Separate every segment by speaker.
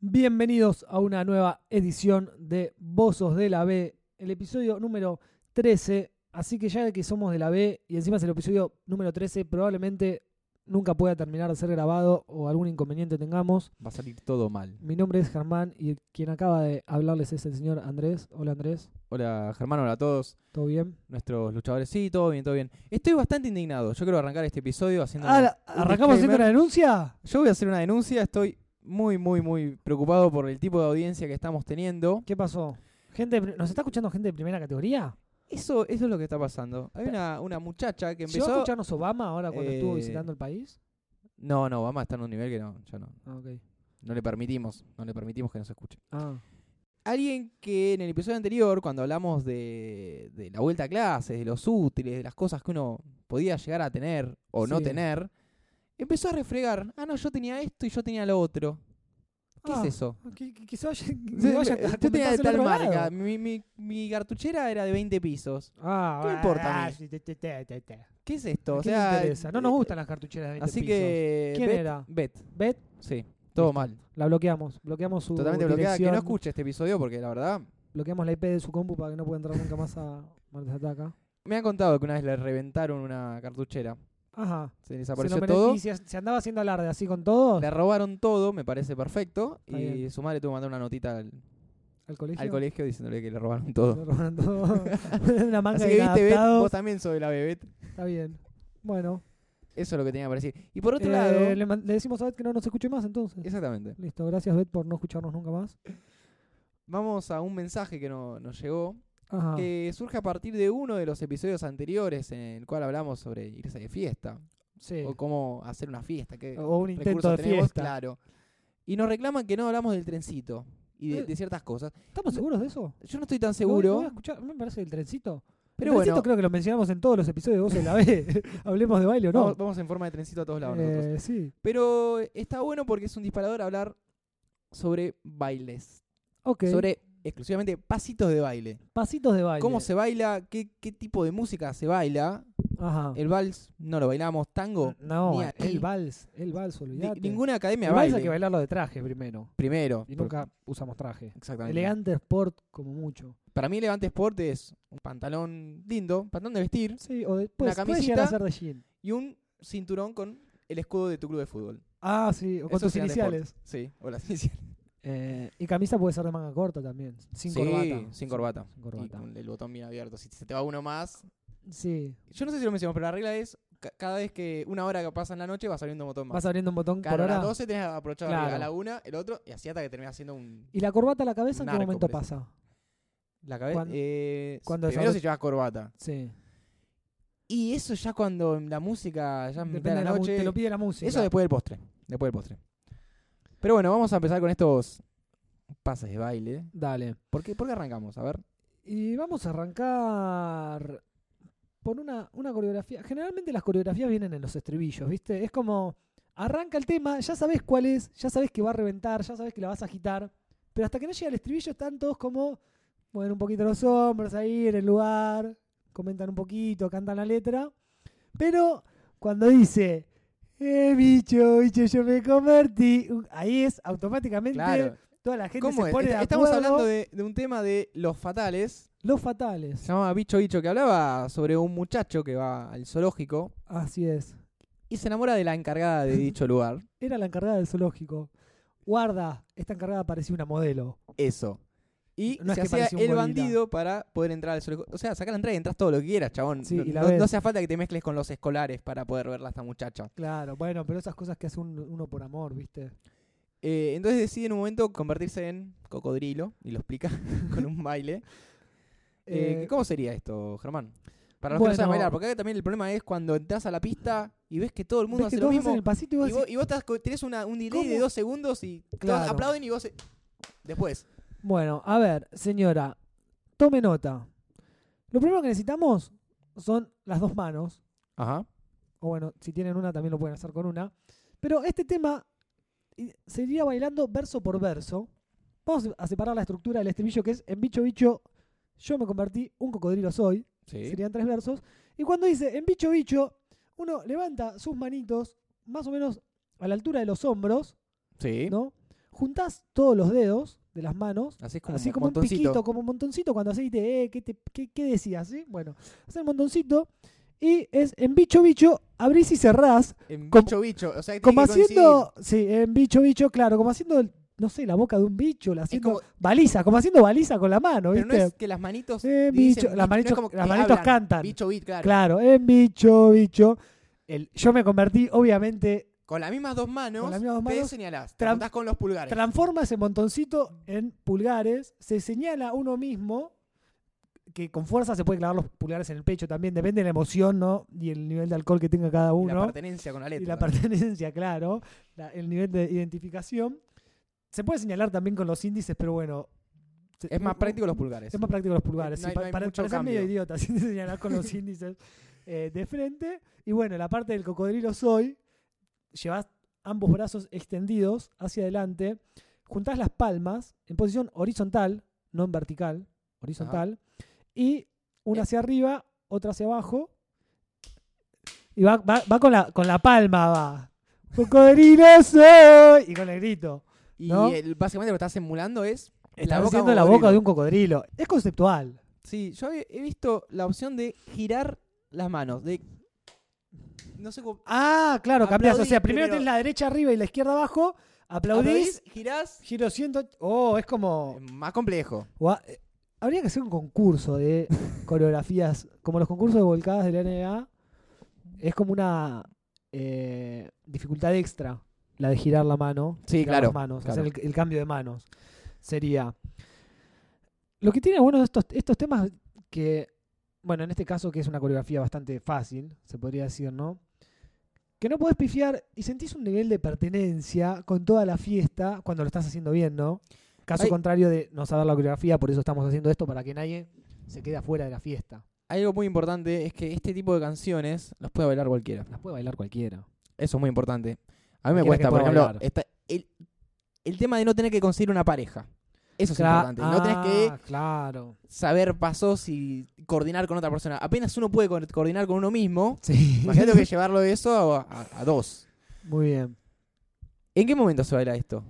Speaker 1: Bienvenidos a una nueva edición de Bozos de la B, el episodio número 13. Así que ya que somos de la B y encima es el episodio número 13, probablemente nunca pueda terminar de ser grabado o algún inconveniente tengamos.
Speaker 2: Va a salir todo mal.
Speaker 1: Mi nombre es Germán y quien acaba de hablarles es el señor Andrés. Hola Andrés,
Speaker 2: Hola Germán, hola a todos
Speaker 1: ¿todo bien?
Speaker 2: nuestros luchadores. Sí, todo bien, todo bien. Estoy bastante indignado. Yo quiero arrancar este episodio haciendo...
Speaker 1: Ah, la-
Speaker 2: un
Speaker 1: ¿Arrancamos haciendo
Speaker 2: disclaimer.
Speaker 1: la denuncia?
Speaker 2: Yo voy a hacer una denuncia. Estoy muy, muy, muy preocupado por el tipo de audiencia que estamos teniendo.
Speaker 1: ¿Qué pasó? Gente, de pri- ¿Nos está escuchando gente de primera categoría?
Speaker 2: Eso, eso es lo que está pasando. Hay una, una muchacha que
Speaker 1: ¿Llegó a
Speaker 2: empezó...
Speaker 1: escucharnos Obama ahora cuando estuvo
Speaker 2: Eh,
Speaker 1: visitando el país?
Speaker 2: No, no, Obama está en un nivel que no, ya no.
Speaker 1: Ah, ok.
Speaker 2: No le permitimos, no le permitimos que nos escuche.
Speaker 1: Ah,
Speaker 2: Alguien que en el episodio anterior, cuando hablamos de, de la vuelta a clases, de los útiles, de las cosas que uno podía llegar a tener o no
Speaker 1: Sí.
Speaker 2: tener, empezó a refregar. Ah, no, yo tenía esto y yo tenía lo otro. ¿Qué
Speaker 1: Ah,
Speaker 2: es eso?
Speaker 1: que, que- que se vayan- que
Speaker 2: Yo
Speaker 1: vayan a
Speaker 2: tenía de
Speaker 1: comentarse al
Speaker 2: tal
Speaker 1: otro lado.
Speaker 2: marca. Mi, mi- mi cartuchera era de 20 pisos.
Speaker 1: Ah,
Speaker 2: ¿Qué me importa a mí?
Speaker 1: sí, te- te- te- te- te.
Speaker 2: ¿Qué es esto? O
Speaker 1: ¿Qué
Speaker 2: sea,
Speaker 1: le interesa? No nos
Speaker 2: eh,
Speaker 1: gustan las cartucheras de 20
Speaker 2: Así
Speaker 1: pisos.
Speaker 2: que.
Speaker 1: ¿Quién
Speaker 2: Bet-
Speaker 1: era?
Speaker 2: Bet,
Speaker 1: Bet,
Speaker 2: sí. Todo
Speaker 1: Listo.
Speaker 2: mal.
Speaker 1: la bloqueamos. Bloqueamos su
Speaker 2: Totalmente bloqueada. Que no
Speaker 1: dirección,
Speaker 2: escuche este episodio porque la verdad.
Speaker 1: Bloqueamos la IP de su compu para que no pueda entrar nunca más a Martes Ataca.
Speaker 2: Me han contado que una vez le reventaron una cartuchera.
Speaker 1: Ajá.
Speaker 2: Se
Speaker 1: Se
Speaker 2: desapareció
Speaker 1: lo mere-
Speaker 2: todo.
Speaker 1: Y se, se andaba haciendo alarde así con todos
Speaker 2: Le robaron todo, me parece perfecto.
Speaker 1: Está
Speaker 2: y
Speaker 1: bien.
Speaker 2: su madre tuvo que mandar una notita al,
Speaker 1: al colegio.
Speaker 2: al colegio diciéndole que le robaron
Speaker 1: Le
Speaker 2: todo.
Speaker 1: robaron todo. Una manga
Speaker 2: Así
Speaker 1: de
Speaker 2: que viste, Bet,
Speaker 1: inadaptados.
Speaker 2: vos también sos de la bebé.
Speaker 1: Está bien. Bueno,
Speaker 2: Eso es lo que tenía para decir. Y por otro
Speaker 1: eh,
Speaker 2: lado.
Speaker 1: le, man- le decimos a Bet que no nos escuche más entonces.
Speaker 2: Exactamente.
Speaker 1: Listo, gracias Bet por no escucharnos nunca más.
Speaker 2: Vamos a un mensaje que no- nos llegó.
Speaker 1: Ajá.
Speaker 2: Que surge a partir de uno de los episodios anteriores en el cual hablamos sobre irse de fiesta.
Speaker 1: sí.
Speaker 2: O cómo hacer una fiesta. Qué
Speaker 1: O un intento
Speaker 2: eh, recursos
Speaker 1: de
Speaker 2: tenemos,
Speaker 1: fiesta.
Speaker 2: Claro. Y nos reclaman que no hablamos del trencito. Y de,
Speaker 1: Eh.
Speaker 2: de ciertas cosas.
Speaker 1: ¿Estamos seguros de eso?
Speaker 2: Yo no estoy tan
Speaker 1: Lo voy-
Speaker 2: seguro.
Speaker 1: lo voy a escuchar. Me parece el trencito.
Speaker 2: pero
Speaker 1: el
Speaker 2: bueno,
Speaker 1: trencito creo que lo mencionamos en todos los episodios de Voz de la B. Hablemos de baile o no.
Speaker 2: vamos, vamos en forma de trencito a todos lados
Speaker 1: Eh,
Speaker 2: nosotros.
Speaker 1: sí.
Speaker 2: Pero está bueno porque es un disparador hablar sobre bailes.
Speaker 1: Ok.
Speaker 2: Sobre exclusivamente pasitos de baile.
Speaker 1: pasitos de baile.
Speaker 2: ¿Cómo se baila? ¿Qué, ¿Qué tipo de música se baila?
Speaker 1: Ajá.
Speaker 2: El vals no lo bailamos, tango.
Speaker 1: Ah. no,
Speaker 2: ni
Speaker 1: el,
Speaker 2: ahí.
Speaker 1: vals, el vals,
Speaker 2: Ni-
Speaker 1: olvidate.
Speaker 2: ninguna academia
Speaker 1: el vals
Speaker 2: baila.
Speaker 1: hay que bailarlo de traje primero.
Speaker 2: Primero.
Speaker 1: Y nunca usamos traje.
Speaker 2: Exactamente.
Speaker 1: Elegante sport como mucho.
Speaker 2: Para mí, elegante sport es un pantalón lindo, pantalón de vestir
Speaker 1: Sí, o después
Speaker 2: Una
Speaker 1: puede llegar a
Speaker 2: camisita.
Speaker 1: ser de jean.
Speaker 2: y un cinturón con el escudo de tu club de fútbol.
Speaker 1: Ah, sí, o con
Speaker 2: Eso
Speaker 1: tus
Speaker 2: sí, elegante
Speaker 1: iniciales.
Speaker 2: Sí, o las iniciales.
Speaker 1: Eh, y camisa puede ser de manga corta también. Sin
Speaker 2: Sí,
Speaker 1: corbata.
Speaker 2: sin corbata.
Speaker 1: Sin corbata.
Speaker 2: Y con el botón bien abierto. Si se te va uno más,
Speaker 1: Sí.
Speaker 2: Yo no sé si lo mencionamos, pero la regla es ca- cada vez que una hora que pasa en la noche va saliendo un botón más.
Speaker 1: Vas abriendo un botón
Speaker 2: Claro,
Speaker 1: por
Speaker 2: a
Speaker 1: hora.
Speaker 2: las 12 tenés que aprovechar
Speaker 1: Claro.
Speaker 2: arriba, a la 1, el otro, y así hasta que terminas haciendo un.
Speaker 1: ¿Y la corbata a la cabeza en qué
Speaker 2: Narco,
Speaker 1: momento
Speaker 2: parece.
Speaker 1: pasa?
Speaker 2: La cabeza.
Speaker 1: Cuan-
Speaker 2: eh,
Speaker 1: cuando
Speaker 2: primero
Speaker 1: desabroch-
Speaker 2: si llevas corbata.
Speaker 1: Sí.
Speaker 2: Y eso ya cuando la música ya en mitad
Speaker 1: Depende
Speaker 2: de la
Speaker 1: mu-
Speaker 2: noche.
Speaker 1: Te lo pide la música.
Speaker 2: eso después del postre. Después del postre. Pero bueno, vamos a empezar con estos pases de baile.
Speaker 1: Dale.
Speaker 2: ¿Por qué, por qué arrancamos? A ver.
Speaker 1: Y vamos a arrancar por una, una coreografía. Generalmente las coreografías vienen en los estribillos, ¿viste? Es como arranca el tema, ya sabes cuál es, ya sabes que va a reventar, ya sabes que la vas a agitar, pero hasta que no llega el estribillo están todos como mueven un poquito los hombros ahí en el lugar, comentan un poquito, cantan la letra, pero cuando dice eh, bicho, bicho, yo me convertí. Ahí es automáticamente
Speaker 2: Claro.
Speaker 1: toda la gente
Speaker 2: ¿Cómo
Speaker 1: se
Speaker 2: es?
Speaker 1: pone de
Speaker 2: Est- Estamos
Speaker 1: acuerdo.
Speaker 2: hablando de, de un tema de los fatales.
Speaker 1: los fatales.
Speaker 2: Se llamaba Bicho Bicho, que hablaba sobre un muchacho que va al zoológico
Speaker 1: Así es.
Speaker 2: y se enamora de la encargada de dicho lugar.
Speaker 1: Era la encargada del zoológico. Guarda, esta encargada parecía una modelo.
Speaker 2: Eso. Y
Speaker 1: No es
Speaker 2: se
Speaker 1: que
Speaker 2: hacía
Speaker 1: parecía un
Speaker 2: el
Speaker 1: gorila.
Speaker 2: bandido para poder entrar al zoológico. O sea, saca la entrada y entras todo lo que quieras, chabón.
Speaker 1: Sí,
Speaker 2: no,
Speaker 1: y la
Speaker 2: no-
Speaker 1: ves.
Speaker 2: no hace falta que te mezcles con los escolares para poder verla a esta muchacha.
Speaker 1: Claro, bueno, pero esas cosas que hace un- uno por amor, ¿viste?
Speaker 2: Eh, entonces decide en un momento convertirse en cocodrilo y lo explica con un baile. Eh,
Speaker 1: Eh,
Speaker 2: ¿Cómo sería esto, Germán? Para los que no saben
Speaker 1: Bueno.
Speaker 2: bailar, porque acá también el problema es cuando entras a la pista y ves que todo el mundo
Speaker 1: ves que
Speaker 2: hace lo
Speaker 1: todos hacen
Speaker 2: mismo.
Speaker 1: el pasito y vos
Speaker 2: Y vos,
Speaker 1: decís,
Speaker 2: y vos estás co- tenés una- un delay de
Speaker 1: ¿Cómo?
Speaker 2: dos segundos y todos
Speaker 1: Claro.
Speaker 2: aplauden y vos. se- Después.
Speaker 1: Bueno, a ver, señora, tome nota. Lo primero que necesitamos son las dos manos.
Speaker 2: Ajá.
Speaker 1: O bueno, si tienen una también lo pueden hacer con una. Pero este tema eh, sería bailando verso por verso. Vamos a separar la estructura del estribillo que es en bicho bicho, yo me convertí, un cocodrilo soy.
Speaker 2: Sí.
Speaker 1: serían tres versos. Y cuando dice en bicho bicho, uno levanta sus manitos más o menos a la altura de los hombros,
Speaker 2: sí.
Speaker 1: ¿no? juntás todos los dedos de las manos,
Speaker 2: Así es como,
Speaker 1: así
Speaker 2: un
Speaker 1: como un
Speaker 2: montoncito.
Speaker 1: piquito, como un montoncito cuando hacés, eh, ¿qué, te- qué- qué decías? ¿sí? Bueno, haces el montoncito y es en bicho bicho, abrís y cerrás,
Speaker 2: En
Speaker 1: como-
Speaker 2: bicho bicho. O sea, que
Speaker 1: como
Speaker 2: tiene que coincidir.
Speaker 1: haciendo, sí, en bicho bicho, claro, como haciendo, el- no sé, la boca de un bicho, la haciendo
Speaker 2: como-
Speaker 1: baliza, como haciendo baliza con la mano,
Speaker 2: Pero
Speaker 1: ¿viste?
Speaker 2: no es que las manitos.
Speaker 1: Eh,
Speaker 2: dicen
Speaker 1: bicho, las
Speaker 2: no es
Speaker 1: manitos-
Speaker 2: como que
Speaker 1: las manitos
Speaker 2: hablan.
Speaker 1: cantan.
Speaker 2: Bicho bicho, claro.
Speaker 1: Claro, en bicho bicho. El, yo me convertí, obviamente,
Speaker 2: Con las mismas dos manos,
Speaker 1: Con las mismas dos
Speaker 2: te
Speaker 1: manos,
Speaker 2: señalás.
Speaker 1: tram-
Speaker 2: Te apuntás con los pulgares.
Speaker 1: transforma ese montoncito en pulgares, se señala a uno mismo, que con fuerza se puede clavar los pulgares en el pecho también, depende de la emoción, ¿no? Y el nivel de alcohol que tenga cada
Speaker 2: y la
Speaker 1: uno.
Speaker 2: pertenencia con la letra.
Speaker 1: Y la
Speaker 2: también.
Speaker 1: pertenencia, claro. la- el nivel de identificación. Se puede señalar también con los índices, pero bueno. se-
Speaker 2: Es más práctico los pulgares.
Speaker 1: Es más práctico los pulgares.
Speaker 2: No hay-
Speaker 1: sí, pa-
Speaker 2: no hay
Speaker 1: para
Speaker 2: mucho
Speaker 1: parecer medio
Speaker 2: cambio.
Speaker 1: idiota, si te señalás con los índices eh, de frente. Y bueno, la parte del cocodrilo soy, llevas ambos brazos extendidos hacia adelante, juntás las palmas en posición horizontal, no en vertical, horizontal, y una
Speaker 2: Eh.
Speaker 1: hacia arriba, otra hacia abajo. Y va, va- va con, la, con la palma, va. Cocodrilo soy. Y con el grito.
Speaker 2: Y
Speaker 1: ¿no?
Speaker 2: el- básicamente lo que estás simulando es.
Speaker 1: Estás
Speaker 2: boca
Speaker 1: haciendo la
Speaker 2: cocodrilo.
Speaker 1: boca de un cocodrilo. Es conceptual.
Speaker 2: Sí, yo he, he visto la opción de girar las manos. De. No sé cómo.
Speaker 1: Ah, claro, cambiás. O
Speaker 2: Aplaudís
Speaker 1: sea, primero
Speaker 2: primero.
Speaker 1: tenés la derecha arriba y la izquierda abajo. Aplaudís,
Speaker 2: aplaudís, girás.
Speaker 1: giro 100. Oh, es como.
Speaker 2: Es Más complejo.
Speaker 1: Gua- eh, Habría que hacer un concurso de coreografías, como los concursos de volcadas de la NBA. Es como una eh, dificultad extra la de girar la mano.
Speaker 2: Sí,
Speaker 1: girar
Speaker 2: claro,
Speaker 1: Las manos,
Speaker 2: claro.
Speaker 1: hacer el, el cambio de manos. Sería. Lo que tiene bueno de estos, estos temas que. Bueno, en este caso, que es una coreografía bastante fácil, se podría decir, ¿no? Que no podés pifiar y sentís un nivel de pertenencia con toda la fiesta cuando lo estás haciendo bien, ¿no? Caso
Speaker 2: Hay-
Speaker 1: contrario de no saber la coreografía, por eso estamos haciendo esto, para que nadie se quede afuera de la fiesta.
Speaker 2: Algo muy importante es que este tipo de canciones las puede bailar cualquiera.
Speaker 1: Las puede bailar cualquiera.
Speaker 2: Eso es muy importante. A mí
Speaker 1: Cualquiera
Speaker 2: me
Speaker 1: que
Speaker 2: cuesta, por
Speaker 1: pueda
Speaker 2: ejemplo,
Speaker 1: bailar.
Speaker 2: esta- el, el tema de no tener que conseguir una pareja. Eso es importante. No tenés
Speaker 1: ah.
Speaker 2: que
Speaker 1: Claro.
Speaker 2: saber pasos y coordinar con otra persona. Apenas uno puede co- coordinar con uno mismo.
Speaker 1: Sí.
Speaker 2: Imagínate lo que es llevarlo de eso a, a- a dos.
Speaker 1: Muy bien.
Speaker 2: ¿En qué momento se baila esto?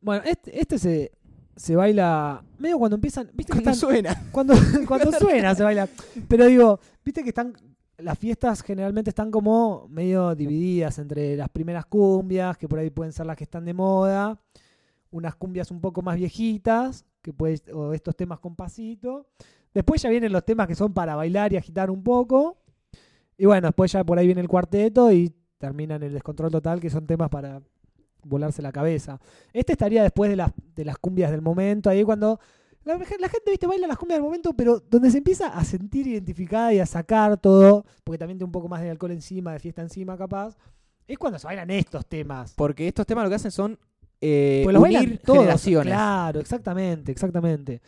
Speaker 1: Bueno, este, este se, se baila medio cuando empiezan. ¿Viste que
Speaker 2: Cuando
Speaker 1: están,
Speaker 2: suena.
Speaker 1: cuando, cuando suena se baila. Pero digo, viste que están. Las fiestas generalmente están como medio divididas entre las primeras cumbias, que por ahí pueden ser las que están de moda, unas cumbias un poco más viejitas, que puedes, o estos temas con pasito. Después ya vienen los temas que son para bailar y agitar un poco. Y bueno, después ya por ahí viene el cuarteto y terminan el descontrol total, que son temas para volarse la cabeza. Este estaría después de las, de las cumbias del momento, ahí cuando la, la gente, viste, baila las cumbias del momento, pero donde se empieza a sentir identificada y a sacar todo, porque también tiene un poco más de alcohol encima, de fiesta encima capaz, es cuando se bailan estos temas.
Speaker 2: Porque estos temas lo que hacen son eh,
Speaker 1: Porque Pues los bailan
Speaker 2: unir
Speaker 1: todos,
Speaker 2: generaciones.
Speaker 1: Claro, exactamente, exactamente.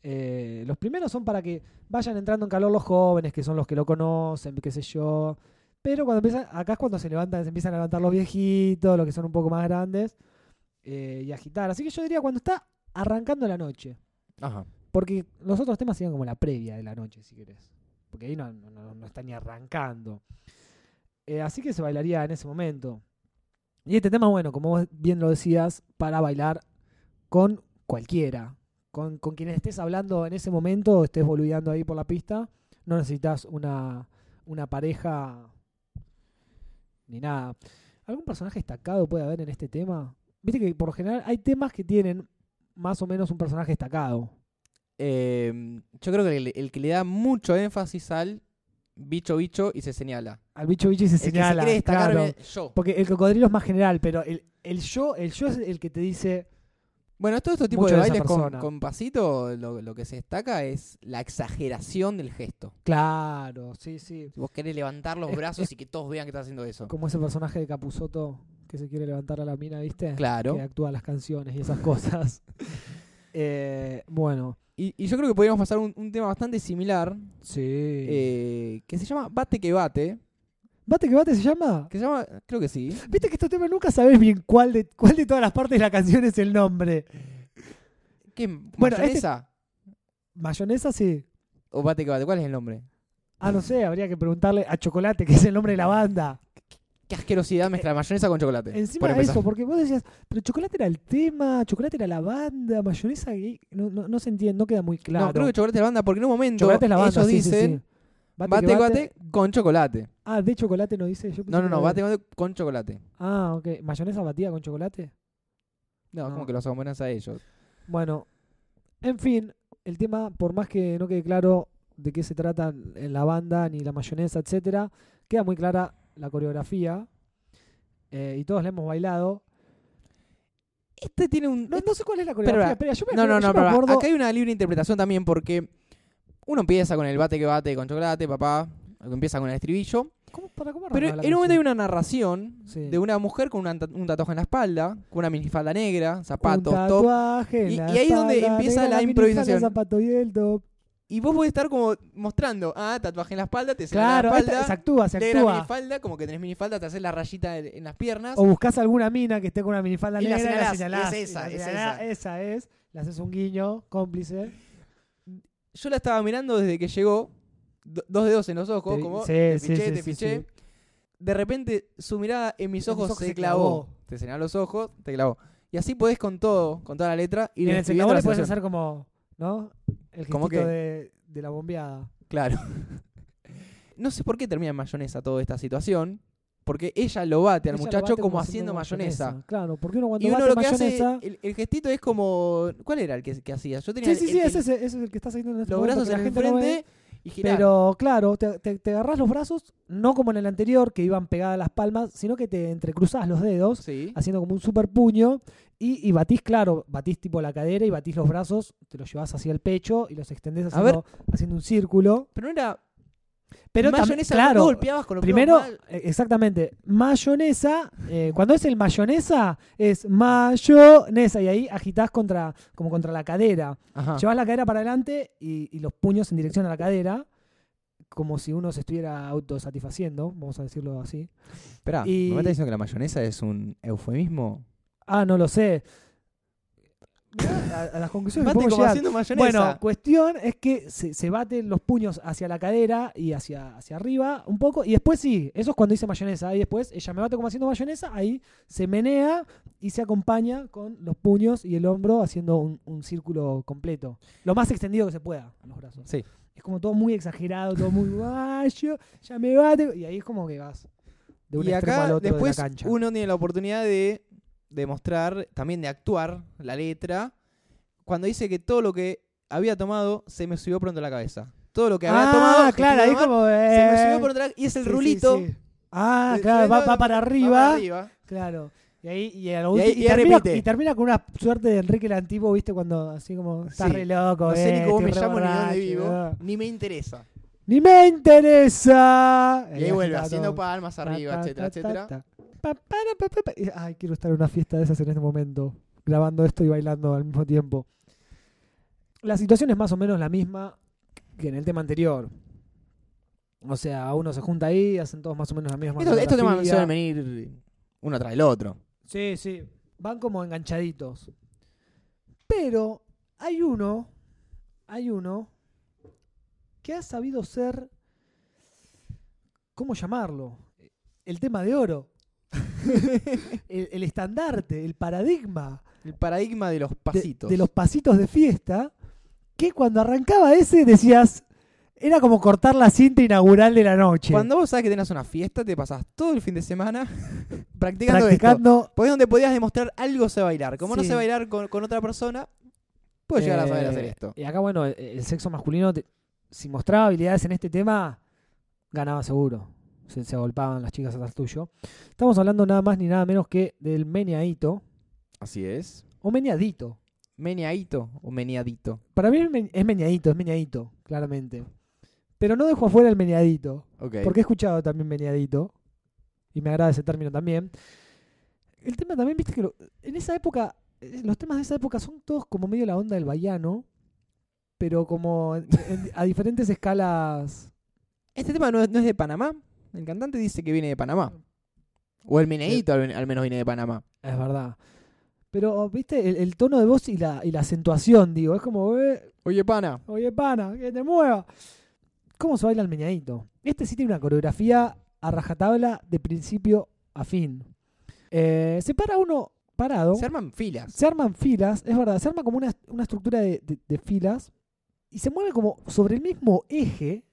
Speaker 1: Eh, los primeros son para que vayan entrando en calor los jóvenes, que son los que lo conocen, qué sé yo. Pero cuando empiezan, acá es cuando se levantan, se empiezan a levantar los viejitos, los que son un poco más grandes, eh, y agitar. Así que yo diría cuando está arrancando la noche.
Speaker 2: Ajá.
Speaker 1: Porque los otros temas serían como la previa de la noche, si querés. Porque ahí no, no- no- no está ni arrancando. Eh, así que se bailaría en ese momento. Y este tema, bueno, como vos bien lo decías, para bailar con cualquiera. Con, con quien estés hablando en ese momento, o estés boludeando ahí por la pista, no necesitas una, una pareja ni nada. ¿Algún personaje destacado puede haber en este tema? Viste que por lo general hay temas que tienen más o menos un personaje destacado.
Speaker 2: Eh, yo creo que el, el que le da mucho énfasis al bicho bicho y se señala.
Speaker 1: Al bicho bicho y se
Speaker 2: El que
Speaker 1: señala.
Speaker 2: se quiere destacar
Speaker 1: claro.
Speaker 2: me- yo.
Speaker 1: Porque el cocodrilo es más general, pero el, el yo, el yo es el que te dice.
Speaker 2: Bueno, todo este tipo
Speaker 1: Mucho
Speaker 2: de
Speaker 1: de esa
Speaker 2: bailes con,
Speaker 1: persona.
Speaker 2: con pasito, lo, lo que se destaca es la exageración del gesto.
Speaker 1: Claro, sí, sí.
Speaker 2: Si vos querés levantar los
Speaker 1: Es-
Speaker 2: brazos y que todos vean que estás haciendo eso.
Speaker 1: Como ese personaje de Capuzoto que se quiere levantar a la mina, ¿viste?
Speaker 2: Claro.
Speaker 1: Que actúa las canciones y esas cosas. Eh, bueno,
Speaker 2: Y, y yo creo que podríamos pasar un, un tema bastante similar
Speaker 1: sí.
Speaker 2: eh, que se llama Bate que Bate.
Speaker 1: ¿Bate que bate se llama?
Speaker 2: Que se llama, creo que sí.
Speaker 1: Viste que estos temas nunca sabes bien cuál de, cuál de todas las partes de la canción es el nombre.
Speaker 2: ¿Qué?
Speaker 1: Bueno, este
Speaker 2: ¿Mayonesa?
Speaker 1: Mayonesa, sí.
Speaker 2: ¿O Bate que Bate? ¿Cuál es el nombre?
Speaker 1: Ah, no sé, habría que preguntarle a Chocolate, que es el nombre de la banda.
Speaker 2: Qué asquerosidad mezclar mayonesa con chocolate.
Speaker 1: Encima
Speaker 2: por
Speaker 1: de
Speaker 2: empezar.
Speaker 1: eso, porque vos decías, pero chocolate era el tema, chocolate era la banda, mayonesa, y no, no, no se entiende, no queda muy claro.
Speaker 2: No, creo que chocolate es la banda, porque en un momento
Speaker 1: chocolate es la banda,
Speaker 2: ellos
Speaker 1: sí, sí,
Speaker 2: dicen
Speaker 1: sí. Bate
Speaker 2: bate,
Speaker 1: que
Speaker 2: bate, con chocolate.
Speaker 1: Ah, de chocolate no dice. yo pensé
Speaker 2: No, no,
Speaker 1: que
Speaker 2: no,
Speaker 1: era-
Speaker 2: bate, bate con chocolate.
Speaker 1: Ah, ok. ¿Mayonesa batida con chocolate?
Speaker 2: No, es
Speaker 1: No.
Speaker 2: como que los abomenas a ellos.
Speaker 1: Bueno, en fin, el tema, por más que no quede claro de qué se trata en la banda, ni la mayonesa, etcétera, queda muy clara la coreografía. eh, y todos la hemos bailado.
Speaker 2: Este tiene un.
Speaker 1: No,
Speaker 2: este-
Speaker 1: no sé cuál es la coreografía. espera, yo me,
Speaker 2: no, no,
Speaker 1: yo
Speaker 2: no,
Speaker 1: me
Speaker 2: pero
Speaker 1: acuerdo-
Speaker 2: acá hay una libre interpretación también, porque uno empieza con el bate que bate con chocolate, papá. Empieza con el estribillo.
Speaker 1: ¿Cómo, para, cómo
Speaker 2: Pero
Speaker 1: arrancaba la
Speaker 2: en un momento hay
Speaker 1: canción?
Speaker 2: una narración
Speaker 1: Sí.
Speaker 2: de una mujer con una ta- un tatuaje en la espalda, con una minifalda negra,
Speaker 1: Un
Speaker 2: zapatos, top.
Speaker 1: tatuaje en
Speaker 2: Y-
Speaker 1: la
Speaker 2: y ahí es donde
Speaker 1: espalda,
Speaker 2: empieza
Speaker 1: negra,
Speaker 2: la
Speaker 1: mini
Speaker 2: improvisación.
Speaker 1: falda, zapato y el top.
Speaker 2: Y vos podés estar como mostrando, ah, tatuaje en la espalda, te sale
Speaker 1: Claro,
Speaker 2: la
Speaker 1: esta-
Speaker 2: espalda,
Speaker 1: se actúa, se
Speaker 2: negra
Speaker 1: actúa.
Speaker 2: minifalda, como que tenés minifalda, te haces la rayita en en las piernas.
Speaker 1: O buscas alguna mina que esté con una minifalda
Speaker 2: Y la
Speaker 1: negra y la
Speaker 2: señalás,
Speaker 1: señalás.
Speaker 2: es esa,
Speaker 1: y la
Speaker 2: es
Speaker 1: señalás, esa
Speaker 2: esa.
Speaker 1: es. Le haces un guiño, cómplice.
Speaker 2: Yo la estaba mirando desde que llegó, do- dos dedos en los ojos,
Speaker 1: Te-
Speaker 2: como
Speaker 1: sí,
Speaker 2: te
Speaker 1: sí,
Speaker 2: piché,
Speaker 1: sí,
Speaker 2: te
Speaker 1: sí,
Speaker 2: piché.
Speaker 1: sí.
Speaker 2: De repente su mirada en mis
Speaker 1: En
Speaker 2: ojos,
Speaker 1: mis ojos
Speaker 2: se,
Speaker 1: se
Speaker 2: clavó.
Speaker 1: clavó.
Speaker 2: Te señaló los ojos, te clavó. Y así podés con todo, con toda la letra,
Speaker 1: Y
Speaker 2: ir
Speaker 1: en el
Speaker 2: describiendo
Speaker 1: secador
Speaker 2: la
Speaker 1: le puedes
Speaker 2: situación.
Speaker 1: hacer como, ¿no? El
Speaker 2: ¿Cómo
Speaker 1: gestito
Speaker 2: qué?
Speaker 1: de, de la bombeada.
Speaker 2: Claro. no sé por qué termina en mayonesa toda esta situación, porque ella lo bate al
Speaker 1: Ella lo
Speaker 2: muchacho
Speaker 1: bate
Speaker 2: como haciendo mayonesa.
Speaker 1: Claro, porque uno cuando
Speaker 2: Y uno
Speaker 1: bate
Speaker 2: lo que
Speaker 1: mayonesa...
Speaker 2: hace, el, el gestito es como, ¿cuál era el que, que hacías? Yo
Speaker 1: Sí,
Speaker 2: tenía el-
Speaker 1: sí,
Speaker 2: el-
Speaker 1: sí,
Speaker 2: el-
Speaker 1: es ese, ese es el que estás haciendo en este
Speaker 2: los
Speaker 1: momento
Speaker 2: brazos
Speaker 1: que
Speaker 2: en
Speaker 1: la
Speaker 2: el
Speaker 1: gente no ve.
Speaker 2: frente y girar.
Speaker 1: Pero claro, te, te, te agarrás los brazos, no como en el anterior que iban pegadas las palmas, sino que te entrecruzás los dedos,
Speaker 2: Sí.
Speaker 1: haciendo como un super puño, y, y batís, claro, batís tipo la cadera y batís los brazos, te los llevas hacia el pecho y los extendés
Speaker 2: A ver.
Speaker 1: haciendo, haciendo un círculo.
Speaker 2: Pero no era
Speaker 1: Pero tam-
Speaker 2: mayonesa, no
Speaker 1: claro,
Speaker 2: golpeabas con los codos
Speaker 1: primero,
Speaker 2: mal.
Speaker 1: eh, exactamente, mayonesa, eh, cuando es el mayonesa, es mayonesa, y ahí agitás contra, como contra la cadera.
Speaker 2: Ajá.
Speaker 1: Llevas la cadera para adelante y, y los puños en dirección a la cadera, como si uno se estuviera autosatisfaciendo, vamos a decirlo así.
Speaker 2: Esperá,
Speaker 1: Y-
Speaker 2: ¿me estás diciendo que la mayonesa es un eufemismo?
Speaker 1: Ah, no lo sé. A, a las conclusiones que
Speaker 2: Mate
Speaker 1: podemos
Speaker 2: como
Speaker 1: llegar.
Speaker 2: haciendo mayonesa.
Speaker 1: Bueno, cuestión es que se, se baten los puños hacia la cadera y hacia, hacia arriba un poco. Y después sí, eso es cuando dice mayonesa. Y después ella me bate como haciendo mayonesa, ahí se menea y se acompaña con los puños y el hombro haciendo un, un círculo completo. Lo más extendido que se pueda, los brazos.
Speaker 2: Sí.
Speaker 1: Es como todo muy exagerado, todo muy guayo, ya me bate. Y ahí es como que vas de un
Speaker 2: y
Speaker 1: extremo
Speaker 2: acá
Speaker 1: al otro
Speaker 2: después
Speaker 1: de la cancha.
Speaker 2: uno tiene la oportunidad de demostrar, también de actuar la letra, cuando dice que todo lo que había tomado se me subió pronto a la cabeza. Todo lo que había
Speaker 1: ah,
Speaker 2: tomado
Speaker 1: claro, ahí
Speaker 2: que tomaba,
Speaker 1: como...
Speaker 2: se me
Speaker 1: eh,
Speaker 2: subió por atrás y es el
Speaker 1: sí, sí,
Speaker 2: rulito.
Speaker 1: sí. Ah,
Speaker 2: Eh,
Speaker 1: claro, va,
Speaker 2: va-
Speaker 1: va para
Speaker 2: va
Speaker 1: arriba.
Speaker 2: para arriba.
Speaker 1: Claro. Y ahí, y, a
Speaker 2: Y
Speaker 1: lo último-
Speaker 2: ahí-
Speaker 1: y
Speaker 2: y ahí
Speaker 1: termina,
Speaker 2: repite.
Speaker 1: y termina con una suerte de Enrique el Antiguo, ¿viste? Cuando así como, estás
Speaker 2: Sí.
Speaker 1: re loco,
Speaker 2: No sé
Speaker 1: eh,
Speaker 2: ni cómo me
Speaker 1: estoy re
Speaker 2: llamo ni dónde
Speaker 1: borracho,
Speaker 2: vivo,
Speaker 1: ah.
Speaker 2: ni me interesa.
Speaker 1: Ni me interesa.
Speaker 2: Y ahí
Speaker 1: así
Speaker 2: vuelve,
Speaker 1: está
Speaker 2: haciendo
Speaker 1: todo.
Speaker 2: palmas arriba,
Speaker 1: Ta, ta,
Speaker 2: etcétera,
Speaker 1: ta,
Speaker 2: etcétera.
Speaker 1: ta. Pa, para, pa, pa, pa. Y- Ay, quiero estar en una fiesta de esas en este momento, grabando esto y bailando al mismo tiempo. La situación es más o menos la misma que en el tema anterior. O sea, uno se junta ahí, hacen todos más o menos la misma
Speaker 2: Estos, estos temas
Speaker 1: coreografía.
Speaker 2: suelen venir uno tras el otro.
Speaker 1: Sí, sí. Van como enganchaditos. Pero hay uno, hay uno que ha sabido ser, ¿cómo llamarlo? El tema de oro. el, el estandarte, el paradigma
Speaker 2: El paradigma de los
Speaker 1: de-
Speaker 2: pasitos.
Speaker 1: De, los pasitos de fiesta, que cuando arrancaba ese decías, era como cortar la cinta inaugural de la noche.
Speaker 2: Cuando vos sabes que tenés una fiesta, te pasás todo el fin de semana practicando, esto.
Speaker 1: practicando
Speaker 2: Pues donde podías demostrar algo sé bailar. Como no
Speaker 1: Sí.
Speaker 2: sé bailar con, con otra persona, puedo llegar a saber
Speaker 1: Eh,
Speaker 2: hacer esto.
Speaker 1: Y acá, bueno, el, el sexo masculino, te- si mostraba habilidades en este tema, ganaba seguro. Se, se agolpaban las chicas atrás tuyo. Estamos hablando nada más ni nada menos que del meneadito
Speaker 2: Así es.
Speaker 1: o meneadito.
Speaker 2: Meneadito o meneadito.
Speaker 1: Para mí es, men- es meneadito, es meneadito, claramente. Pero no dejo afuera el meneadito,
Speaker 2: Ok.
Speaker 1: porque he escuchado también meneadito y me agrada ese término también. El tema también, viste que lo- en esa época, eh, los temas de esa época son todos como medio la onda del baiano, pero como en- en- a diferentes escalas.
Speaker 2: Este tema no es, no es de Panamá. El cantante dice que viene de Panamá. O el meneadito al, al menos viene de Panamá.
Speaker 1: Es verdad. Pero, viste, el, el tono de voz y la, y la acentuación, digo, es como, eh,
Speaker 2: Oye, pana.
Speaker 1: oye, pana, que te mueva. ¿Cómo se baila el meñadito? Este sí tiene una coreografía a rajatabla de principio afín. Eh, se para uno parado.
Speaker 2: Se arman filas.
Speaker 1: se arman filas, es verdad, se arma como una, una estructura de, de- de filas y se mueve como sobre el mismo eje,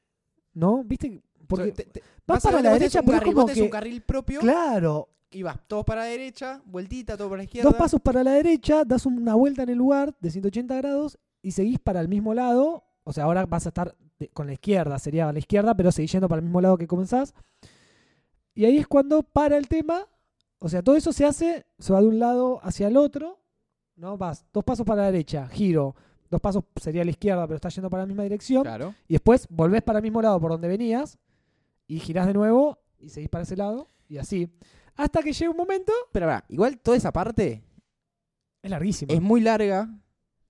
Speaker 1: ¿no? ¿Viste? Porque
Speaker 2: Te- te-
Speaker 1: va
Speaker 2: vas a
Speaker 1: para
Speaker 2: ver,
Speaker 1: la
Speaker 2: vos tenés
Speaker 1: derecha,
Speaker 2: un
Speaker 1: pero es
Speaker 2: carril,
Speaker 1: como
Speaker 2: vos tenés
Speaker 1: que...
Speaker 2: un carril propio
Speaker 1: Claro,
Speaker 2: y vas todos para la derecha, vueltita, todo para la izquierda.
Speaker 1: dos pasos para la derecha, das una vuelta en el lugar de 180 grados y seguís para el mismo lado, o sea, ahora vas a estar de- con la izquierda, sería a la izquierda, pero seguís yendo para el mismo lado que comenzás. Y ahí es cuando para el tema, o sea, todo eso se hace, se va de un lado hacia el otro, ¿no? Vas dos pasos para la derecha, giro, dos pasos sería a la izquierda, pero estás yendo para la misma dirección,
Speaker 2: Claro.
Speaker 1: y después volvés para el mismo lado por donde venías, y girás de nuevo, y seguís para ese lado, y así. Hasta que llega un momento,
Speaker 2: Pero pará, igual toda esa parte
Speaker 1: es larguísimo.
Speaker 2: es muy larga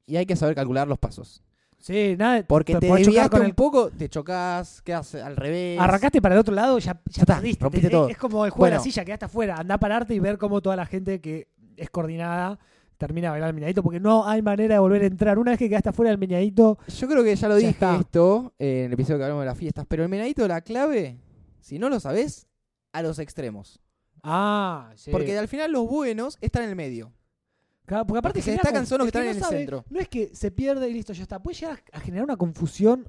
Speaker 2: y hay que saber calcular los pasos.
Speaker 1: Sí, nada.
Speaker 2: Porque te
Speaker 1: podés chocar
Speaker 2: desviaste
Speaker 1: con
Speaker 2: un
Speaker 1: el-
Speaker 2: poco, te chocás, quedas al revés.
Speaker 1: Arrancaste para el otro lado, ya, ya
Speaker 2: está,
Speaker 1: perdiste. te-
Speaker 2: rompiste
Speaker 1: es-
Speaker 2: todo.
Speaker 1: Es como el juego de la
Speaker 2: Bueno.
Speaker 1: silla, quedaste afuera. Andá a pararte y ver cómo toda la gente que es coordinada termina de bailar el meñadito, porque no hay manera de volver a entrar. Una vez que quedaste afuera del meñadito,
Speaker 2: Yo creo que ya lo
Speaker 1: Ya
Speaker 2: dije
Speaker 1: está.
Speaker 2: esto eh, en el episodio que hablamos de las fiestas, pero el menadito, la clave, si no lo sabés, a los extremos.
Speaker 1: ah, sí.
Speaker 2: Porque al final los buenos están en el medio.
Speaker 1: Claro, porque aparte
Speaker 2: Los que se
Speaker 1: genera
Speaker 2: destacan
Speaker 1: conf-
Speaker 2: son los que
Speaker 1: el
Speaker 2: están en el
Speaker 1: sabe,
Speaker 2: centro.
Speaker 1: No es que se pierde y listo, ya está. Puede llegar a generar una confusión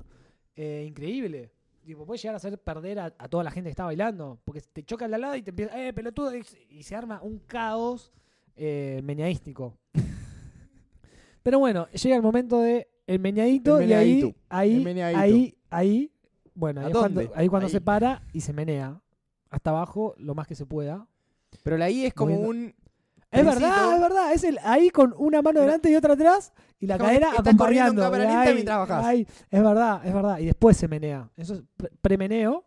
Speaker 1: eh, increíble. Tipo, puede llegar a hacer perder a, a toda la gente que está bailando. Porque te choca al lado y te empieza, eh, pelotudo, y, y se arma un caos eh, meñadístico. Pero bueno, llega el momento de el meñadito
Speaker 2: El
Speaker 1: y ahí,
Speaker 2: meneadito.
Speaker 1: ahí,
Speaker 2: El meneadito.
Speaker 1: ahí, ahí, bueno,
Speaker 2: ¿A
Speaker 1: ahí es cuando,
Speaker 2: dónde?
Speaker 1: ahí es cuando
Speaker 2: Ahí.
Speaker 1: se para y se menea. Hasta abajo, lo más que se pueda.
Speaker 2: Pero la I es como
Speaker 1: Moviendo-
Speaker 2: un.
Speaker 1: Es
Speaker 2: trencito.
Speaker 1: verdad, es verdad. Es el ahí con una mano delante y otra atrás y la
Speaker 2: Como
Speaker 1: cadera
Speaker 2: que estás corriendo en
Speaker 1: acompañando.
Speaker 2: cámara
Speaker 1: Y
Speaker 2: lenta
Speaker 1: ahí,
Speaker 2: mientras bajás.
Speaker 1: ahí. es verdad, es verdad. Y después se menea. Eso es pre- premeneo.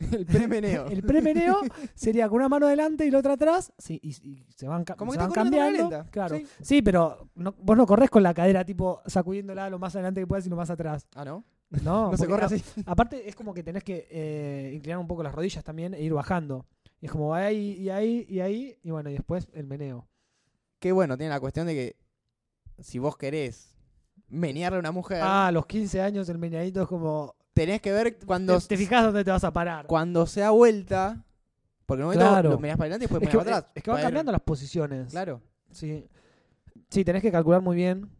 Speaker 2: El premeneo.
Speaker 1: El premeneo sería con una mano delante y la otra atrás sí, y, y se van, ca-
Speaker 2: Como
Speaker 1: se
Speaker 2: que
Speaker 1: van
Speaker 2: estás corriendo en cámara
Speaker 1: cambiando.
Speaker 2: lenta,
Speaker 1: Claro. Sí,
Speaker 2: sí.
Speaker 1: pero no- vos no corres con la cadera tipo sacudiéndola lo más adelante que puedas y lo más atrás.
Speaker 2: Ah, ¿no?
Speaker 1: No,
Speaker 2: No se
Speaker 1: porque
Speaker 2: corre
Speaker 1: a-
Speaker 2: así.
Speaker 1: Aparte es como que tenés que eh, inclinar un poco las rodillas también e ir bajando. Y es como ahí y ahí y ahí y bueno, y después el meneo.
Speaker 2: Que bueno, tiene la cuestión de que si vos querés menearle a una mujer,
Speaker 1: Ah, a los 15 años el meñadito es como.
Speaker 2: tenés que ver
Speaker 1: Te,
Speaker 2: cuando,
Speaker 1: te fijas dónde te vas a parar.
Speaker 2: cuando se da vuelta. Porque en un momento
Speaker 1: Claro.
Speaker 2: lo meneás para adelante y después
Speaker 1: Es
Speaker 2: meneás
Speaker 1: que, eh,
Speaker 2: para atrás.
Speaker 1: es que van
Speaker 2: Para ver-
Speaker 1: cambiando las posiciones.
Speaker 2: Claro.
Speaker 1: Sí. Sí, tenés que calcular muy bien.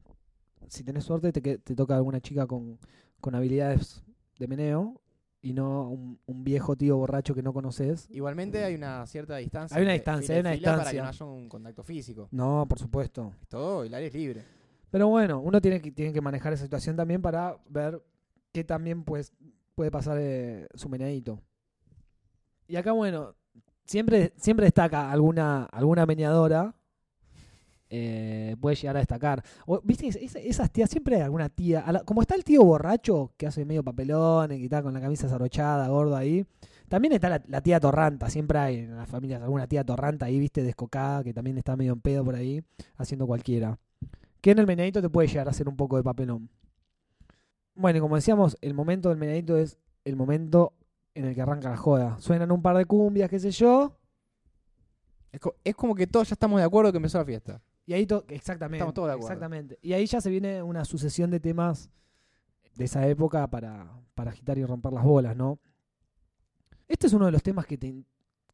Speaker 1: Si tenés suerte, te, que- te toca alguna chica con, con habilidades de meneo y no un, un viejo tío borracho que no conoces.
Speaker 2: Igualmente hay una cierta distancia.
Speaker 1: Hay una
Speaker 2: entre
Speaker 1: distancia,
Speaker 2: fila y
Speaker 1: hay una
Speaker 2: fila Para que
Speaker 1: distancia.
Speaker 2: no haya un contacto físico.
Speaker 1: No, por supuesto.
Speaker 2: Es todo, el área es libre.
Speaker 1: Pero bueno, uno tiene que, tiene que manejar esa situación también para ver qué también pues, puede pasar eh, su meneadito. Y acá, bueno, siempre, siempre destaca alguna, alguna meneadora. eh, puede llegar a destacar. O, ¿Viste? Es- es- esas tías, siempre hay alguna tía. a la- como está el tío borracho, que hace medio papelón, que está con la camisa desabrochada, gordo ahí. También está la, la tía torranta. Siempre hay en las familias alguna tía torranta ahí, viste, descocada, que también está medio en pedo por ahí, haciendo cualquiera que en el meneadito te puede llegar a hacer un poco de papelón. Bueno, y como decíamos, el momento del meneadito es el momento en el que arranca la joda. Suenan un par de cumbias, qué sé yo,
Speaker 2: Es, co- es como que todos ya estamos de acuerdo que empezó la fiesta.
Speaker 1: y ahí to- exactamente,
Speaker 2: Estamos todos de acuerdo.
Speaker 1: exactamente. Y ahí ya se viene una sucesión de temas de esa época para, para agitar y romper las bolas, ¿no? Este es uno de los temas que te, in-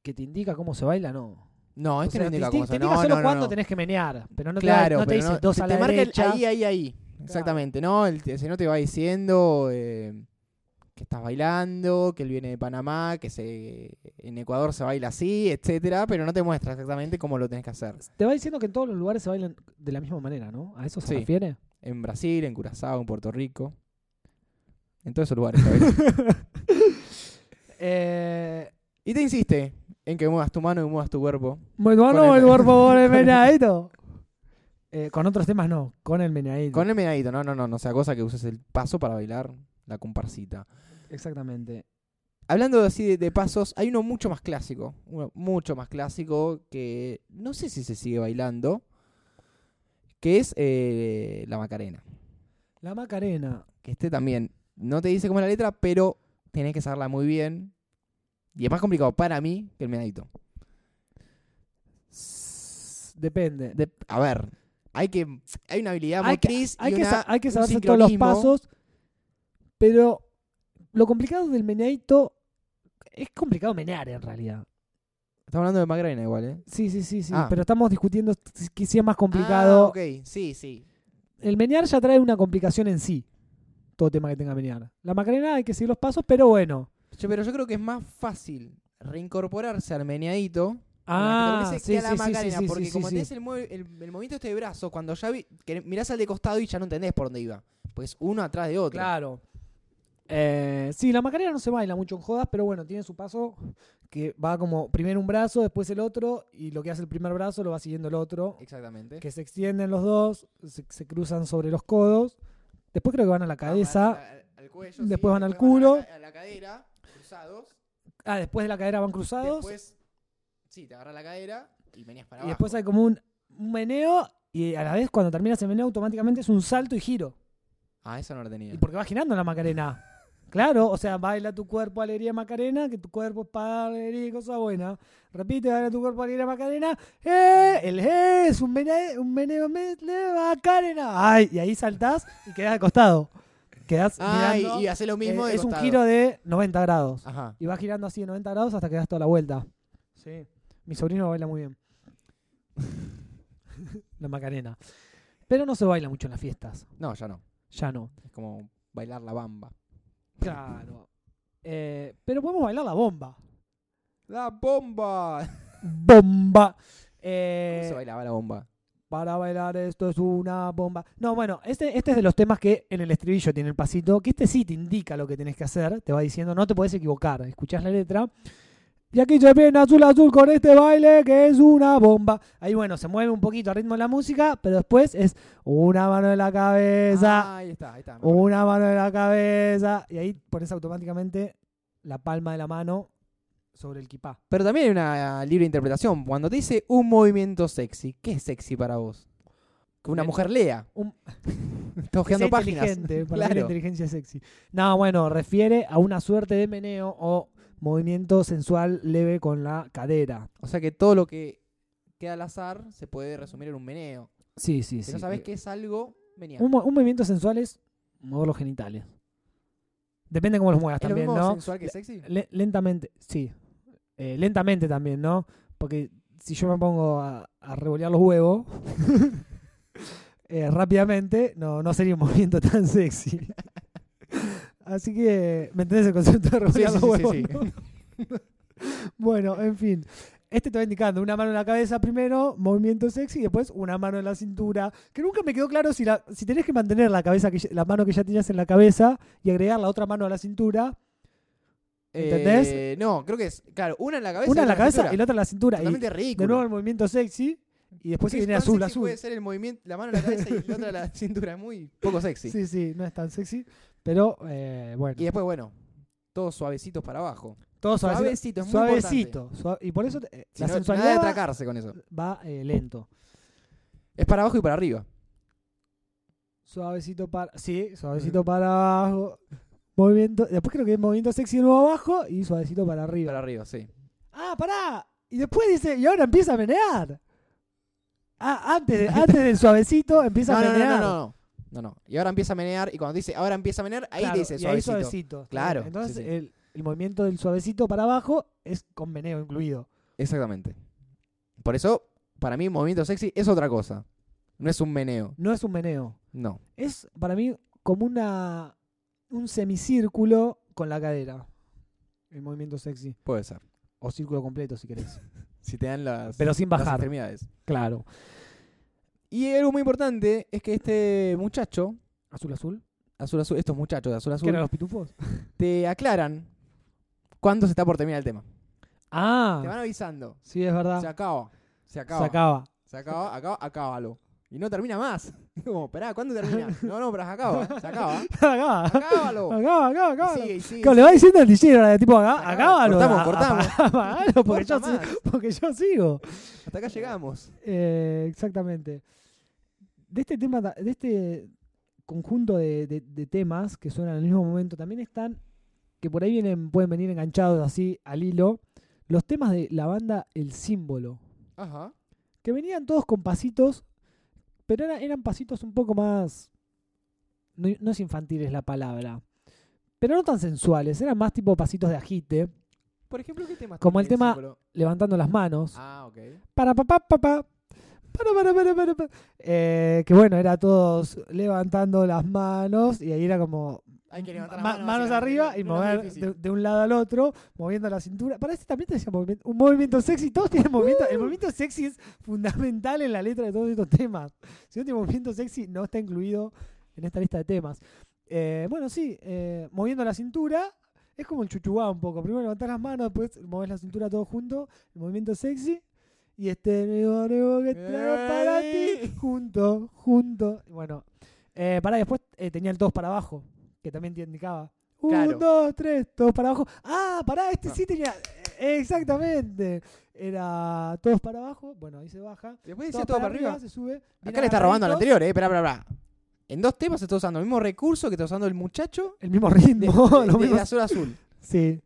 Speaker 1: que te indica cómo se baila, ¿no?
Speaker 2: No, este
Speaker 1: O sea,
Speaker 2: no
Speaker 1: te,
Speaker 2: indica
Speaker 1: te-
Speaker 2: cómo
Speaker 1: te
Speaker 2: se
Speaker 1: indica
Speaker 2: no,
Speaker 1: solo
Speaker 2: no, no,
Speaker 1: cuándo
Speaker 2: no.
Speaker 1: tenés que menear, pero no te,
Speaker 2: Claro,
Speaker 1: no te
Speaker 2: pero
Speaker 1: dice
Speaker 2: no-
Speaker 1: dos
Speaker 2: te,
Speaker 1: a
Speaker 2: te
Speaker 1: la
Speaker 2: marca el
Speaker 1: derecha.
Speaker 2: ahí, ahí, ahí. Exactamente, ¿no? El, el señor te va diciendo eh, que estás bailando, que él viene de Panamá, que se en Ecuador se baila así, etcétera, pero no te muestra exactamente cómo lo tenés que hacer.
Speaker 1: Te va diciendo que en todos los lugares se bailan de la misma manera, ¿no? ¿A eso se
Speaker 2: Sí.
Speaker 1: refiere?
Speaker 2: En Brasil, en Curazao, en Puerto Rico. En todos esos lugares. ¿sabes?
Speaker 1: Eh,
Speaker 2: y te insiste en que muevas tu mano y muevas tu cuerpo.
Speaker 1: bueno,
Speaker 2: Con
Speaker 1: no,
Speaker 2: el-
Speaker 1: el cuerpo con el meneadito. Eh, con otros temas no, con el meneadito.
Speaker 2: Con el menadito, no, no, no, no sea cosa que uses el paso para bailar la comparsita.
Speaker 1: Exactamente.
Speaker 2: Hablando así de, de pasos, hay uno mucho más clásico, uno mucho más clásico que no sé si se sigue bailando, que es eh, la Macarena.
Speaker 1: La Macarena.
Speaker 2: Que este también, no te dice cómo es la letra, pero tenés que saberla muy bien. Y es más complicado para mí que el menadito.
Speaker 1: s- Depende.
Speaker 2: De- a ver, hay que hay una habilidad
Speaker 1: Hay que-
Speaker 2: motriz
Speaker 1: hay
Speaker 2: y
Speaker 1: que,
Speaker 2: una-
Speaker 1: sa- hay que
Speaker 2: un
Speaker 1: saberse todos los
Speaker 2: sincronismo.
Speaker 1: pasos. Pero lo complicado del meneadito es complicado menear en realidad.
Speaker 2: Estamos hablando de Macarena igual, ¿eh?
Speaker 1: Sí, sí, sí, sí.
Speaker 2: Ah.
Speaker 1: Pero estamos discutiendo si- que si es más complicado.
Speaker 2: Ah, ok, sí, sí.
Speaker 1: El menear ya trae una complicación en sí. Todo tema que tenga menear. La Macarena hay que seguir los pasos, pero bueno.
Speaker 2: Yo- pero yo creo que es más fácil reincorporarse al meneadito
Speaker 1: Ah,
Speaker 2: que
Speaker 1: sí,
Speaker 2: te parece que a la
Speaker 1: sí, sí,
Speaker 2: Macarena,
Speaker 1: sí, sí,
Speaker 2: porque
Speaker 1: sí,
Speaker 2: como
Speaker 1: sí.
Speaker 2: tenés el, mue- el- el movimiento este de brazo, cuando ya vi, que mirás al de costado y ya no entendés por dónde iba. Pues uno atrás de otro.
Speaker 1: Claro. Eh, sí, la Macarena no se baila mucho en jodas, pero bueno, tiene su paso que va como primero un brazo, después el otro, y lo que hace el primer brazo lo va siguiendo el otro.
Speaker 2: Exactamente.
Speaker 1: Que se extienden los dos, se, se cruzan sobre los codos. Después creo que van a
Speaker 2: Ah,
Speaker 1: la cabeza.
Speaker 2: Al- al cuello,
Speaker 1: después
Speaker 2: sí,
Speaker 1: van al
Speaker 2: A
Speaker 1: culo.
Speaker 2: la, ca- a la cadera, cruzados.
Speaker 1: Ah, después de la cadera van cruzados.
Speaker 2: Después, sí, te agarras la cadera y venías
Speaker 1: y
Speaker 2: para abajo.
Speaker 1: después hay como un, un meneo. Y a la vez, cuando termina ese meneo, automáticamente es un salto y giro.
Speaker 2: Ah, eso no lo tenía.
Speaker 1: Y porque va girando la Macarena. Claro, o sea, baila tu cuerpo alegría Macarena, que tu cuerpo es para alegría y cosa buena. Repite, baila tu cuerpo alegría Macarena. ¡Eh! El eh es un meneo, un meneo, meneo, Macarena. Ay, y ahí saltás y quedás acostado. Quedás
Speaker 2: Ah,
Speaker 1: mirando.
Speaker 2: y, y hace lo mismo
Speaker 1: Eh,
Speaker 2: de
Speaker 1: es un
Speaker 2: costado.
Speaker 1: giro de 90 grados.
Speaker 2: Ajá.
Speaker 1: Y va girando así de 90 grados hasta que das toda la vuelta. Sí. Mi sobrino baila muy bien. la Macarena. Pero no se baila mucho en las fiestas.
Speaker 2: No, ya no.
Speaker 1: Ya no.
Speaker 2: Es como bailar la bamba.
Speaker 1: Claro. Eh, pero podemos bailar la bomba.
Speaker 2: ¡La bomba!
Speaker 1: Bomba.
Speaker 2: ¿Cómo
Speaker 1: Eh,
Speaker 2: se bailaba la bomba?
Speaker 1: para bailar esto es una bomba. No, bueno, este, este es de los temas que en el estribillo tiene el pasito, que este sí te indica lo que tenés que hacer, te va diciendo, no te podés equivocar, escuchás la letra. Y aquí se viene azul azul con este baile que es una bomba. Ahí bueno, se mueve un poquito al ritmo de la música, pero después es una mano en la cabeza,
Speaker 2: Ah, ahí está, ahí está. me acordé.
Speaker 1: Eh, una mano en la cabeza. Y ahí pones automáticamente la palma de la mano sobre el kipá.
Speaker 2: Pero también hay una eh, libre interpretación. Cuando te dice un movimiento sexy, ¿qué es sexy para vos? Que una
Speaker 1: Eh,
Speaker 2: mujer lea.
Speaker 1: un-
Speaker 2: Está hojeando
Speaker 1: sea
Speaker 2: páginas.
Speaker 1: inteligente, para mí la
Speaker 2: Claro.
Speaker 1: inteligencia es sexy. No, bueno, refiere a una suerte de meneo o movimiento sensual leve con la cadera.
Speaker 2: O sea que todo lo que queda al azar se puede resumir en un meneo.
Speaker 1: Sí, sí, eh,
Speaker 2: Si no sabes qué es algo, venía.
Speaker 1: Un, mo- un movimiento sensual es mover los genitales. Depende cómo los muevas
Speaker 2: ¿Es lo
Speaker 1: también,
Speaker 2: mismo
Speaker 1: ¿no?
Speaker 2: sensual que sexy?
Speaker 1: Le- lentamente, sí. Eh, lentamente también, ¿no? Porque si yo me pongo a, a revolear los huevos eh, rápidamente, no, no sería un movimiento tan sexy. Así que, ¿me entendés el concepto de revolear
Speaker 2: Sí, sí,
Speaker 1: los
Speaker 2: sí,
Speaker 1: huevos?
Speaker 2: sí,
Speaker 1: no? bueno, en fin. Este te va indicando una mano en la cabeza primero, movimiento sexy, y después una mano en la cintura. Que nunca me quedó claro si, la, si tenés que mantener la, cabeza que, ya- la mano que ya tenías en la cabeza y agregar la otra mano a la cintura, ¿Entendés?
Speaker 2: Eh, no, creo que es, claro, una en la cabeza.
Speaker 1: Una en la cabeza
Speaker 2: cintura.
Speaker 1: y la otra en la cintura. Y
Speaker 2: Totalmente
Speaker 1: de
Speaker 2: ridículo.
Speaker 1: nuevo pues el movimiento sexy. Y después
Speaker 2: Sí,
Speaker 1: se viene
Speaker 2: tan
Speaker 1: azul,
Speaker 2: sexy pues,
Speaker 1: azul.
Speaker 2: Puede ser el movimiento, la mano en la cabeza y la otra en la cintura. Es muy poco sexy.
Speaker 1: Sí. sí, no es tan sexy. Pero eh, bueno.
Speaker 2: Y después, bueno, todos suavecitos para abajo.
Speaker 1: todo suavecito.
Speaker 2: Suavecito, es muy importante.
Speaker 1: Suavecito. sua- y por eso eh,
Speaker 2: Si
Speaker 1: la
Speaker 2: no,
Speaker 1: sensualidad
Speaker 2: Nada de
Speaker 1: va-
Speaker 2: atracarse con eso.
Speaker 1: va eh, lento.
Speaker 2: Es para abajo y para arriba.
Speaker 1: Suavecito para. Sí, suavecito para abajo. Movimiento. Después creo que es movimiento sexy de nuevo abajo y suavecito para arriba.
Speaker 2: Para arriba, sí.
Speaker 1: ¡Ah, pará! Y después dice, y ahora empieza a menear. Ah, antes, de- antes del suavecito empieza
Speaker 2: No,
Speaker 1: a
Speaker 2: no, no,
Speaker 1: menear.
Speaker 2: no, no. No, no. Y ahora empieza a menear. Y cuando dice ahora empieza a menear, ahí
Speaker 1: Claro,
Speaker 2: te dice
Speaker 1: y ahí
Speaker 2: suavecito.
Speaker 1: suavecito.
Speaker 2: Claro,
Speaker 1: Bien, Entonces,
Speaker 2: sí, sí.
Speaker 1: El, el movimiento del suavecito para abajo es con meneo incluido.
Speaker 2: Exactamente. Por eso, para mí, movimiento sexy es otra cosa. No es un meneo.
Speaker 1: No es un meneo.
Speaker 2: No.
Speaker 1: Es para mí como una un semicírculo con la cadera. El movimiento sexy.
Speaker 2: Puede ser.
Speaker 1: O círculo completo, si querés.
Speaker 2: Si te dan las,
Speaker 1: Pero sin
Speaker 2: las
Speaker 1: bajar.
Speaker 2: extremidades.
Speaker 1: Claro.
Speaker 2: Y algo muy importante es que este muchacho,
Speaker 1: Azul, azul.
Speaker 2: azul azul, estos muchachos de azul
Speaker 1: ¿Qué eran
Speaker 2: azul,
Speaker 1: los pitufos?
Speaker 2: te aclaran cuándo se está por terminar el tema. Te van
Speaker 1: Ah,
Speaker 2: avisando.
Speaker 1: sí, es verdad.
Speaker 2: Se
Speaker 1: Se
Speaker 2: acaba. Se acaba.
Speaker 1: acaba.
Speaker 2: Se acaba, acaba, acábalo. Y no termina más. Como, pará, ¿cuándo termina? No, no, pero se acaba. Se ¿eh? acaba.
Speaker 1: Se acaba.
Speaker 2: Acábalo.
Speaker 1: Acaba, acaba,
Speaker 2: Y
Speaker 1: acaba.
Speaker 2: sigue, y sigue, y
Speaker 1: Claro, le va diciendo al DJ, ahora, tipo, acá, acábalo.
Speaker 2: Acábalo.
Speaker 1: a-
Speaker 2: Cortamos,
Speaker 1: a- apagalo, porque,
Speaker 2: Corta
Speaker 1: yo,
Speaker 2: más.
Speaker 1: si- porque yo sigo.
Speaker 2: sigue. Hasta acá llegamos.
Speaker 1: Eh, exactamente. De este tema, ta- de este conjunto de, de- de temas que suenan al mismo momento, también están, que por ahí vienen, pueden venir enganchados así al hilo, los temas de la banda El Símbolo,
Speaker 2: Ajá.
Speaker 1: que venían todos con pasitos, pero era- eran pasitos un poco más, no, no es infantil es la palabra, pero no tan sensuales, eran más tipo pasitos de agite,
Speaker 2: Por ejemplo, ¿qué temas
Speaker 1: Como el
Speaker 2: tiene
Speaker 1: tema-
Speaker 2: Zócalo?
Speaker 1: levantando las manos.
Speaker 2: Ah, ok.
Speaker 1: Para papá, papá. Para, para, para, para, para. Eh, que bueno, era todos levantando las manos y ahí era como
Speaker 2: Hay que levantar
Speaker 1: ma- manos arriba y mover de, de un lado al otro, moviendo la cintura. Para este también te decía movimiento- un movimiento sexy. Todos
Speaker 2: Uh.
Speaker 1: tienen movimiento. El movimiento sexy es fundamental en la letra de todos estos temas. Si no tiene movimiento sexy, no está incluido en esta lista de temas. Eh, bueno, sí, eh, moviendo la cintura. Es como el chuchuá un poco. Primero levantás las manos, después movés la cintura todo junto. El movimiento sexy. Y este nuevo nuevo que traigo para ti. Junto, junto. Bueno, eh, pará, después eh, tenía el todos para abajo, que también te indicaba. Un,
Speaker 2: Claro.
Speaker 1: dos, tres, todos para abajo. Ah, pará, este
Speaker 2: No.
Speaker 1: sí tenía. eh, Exactamente. Era todos para abajo. Bueno, ahí se baja.
Speaker 2: Después
Speaker 1: Todos
Speaker 2: decía todo para arriba.
Speaker 1: se sube.
Speaker 2: Acá le está robando al anterior, eh. Espera, espera, espera. En dos temas está usando el mismo recurso que está usando el muchacho
Speaker 1: El mismo
Speaker 2: de,
Speaker 1: ritmo.
Speaker 2: de-
Speaker 1: lo
Speaker 2: de
Speaker 1: mismo.
Speaker 2: azul a azul.
Speaker 1: Sí.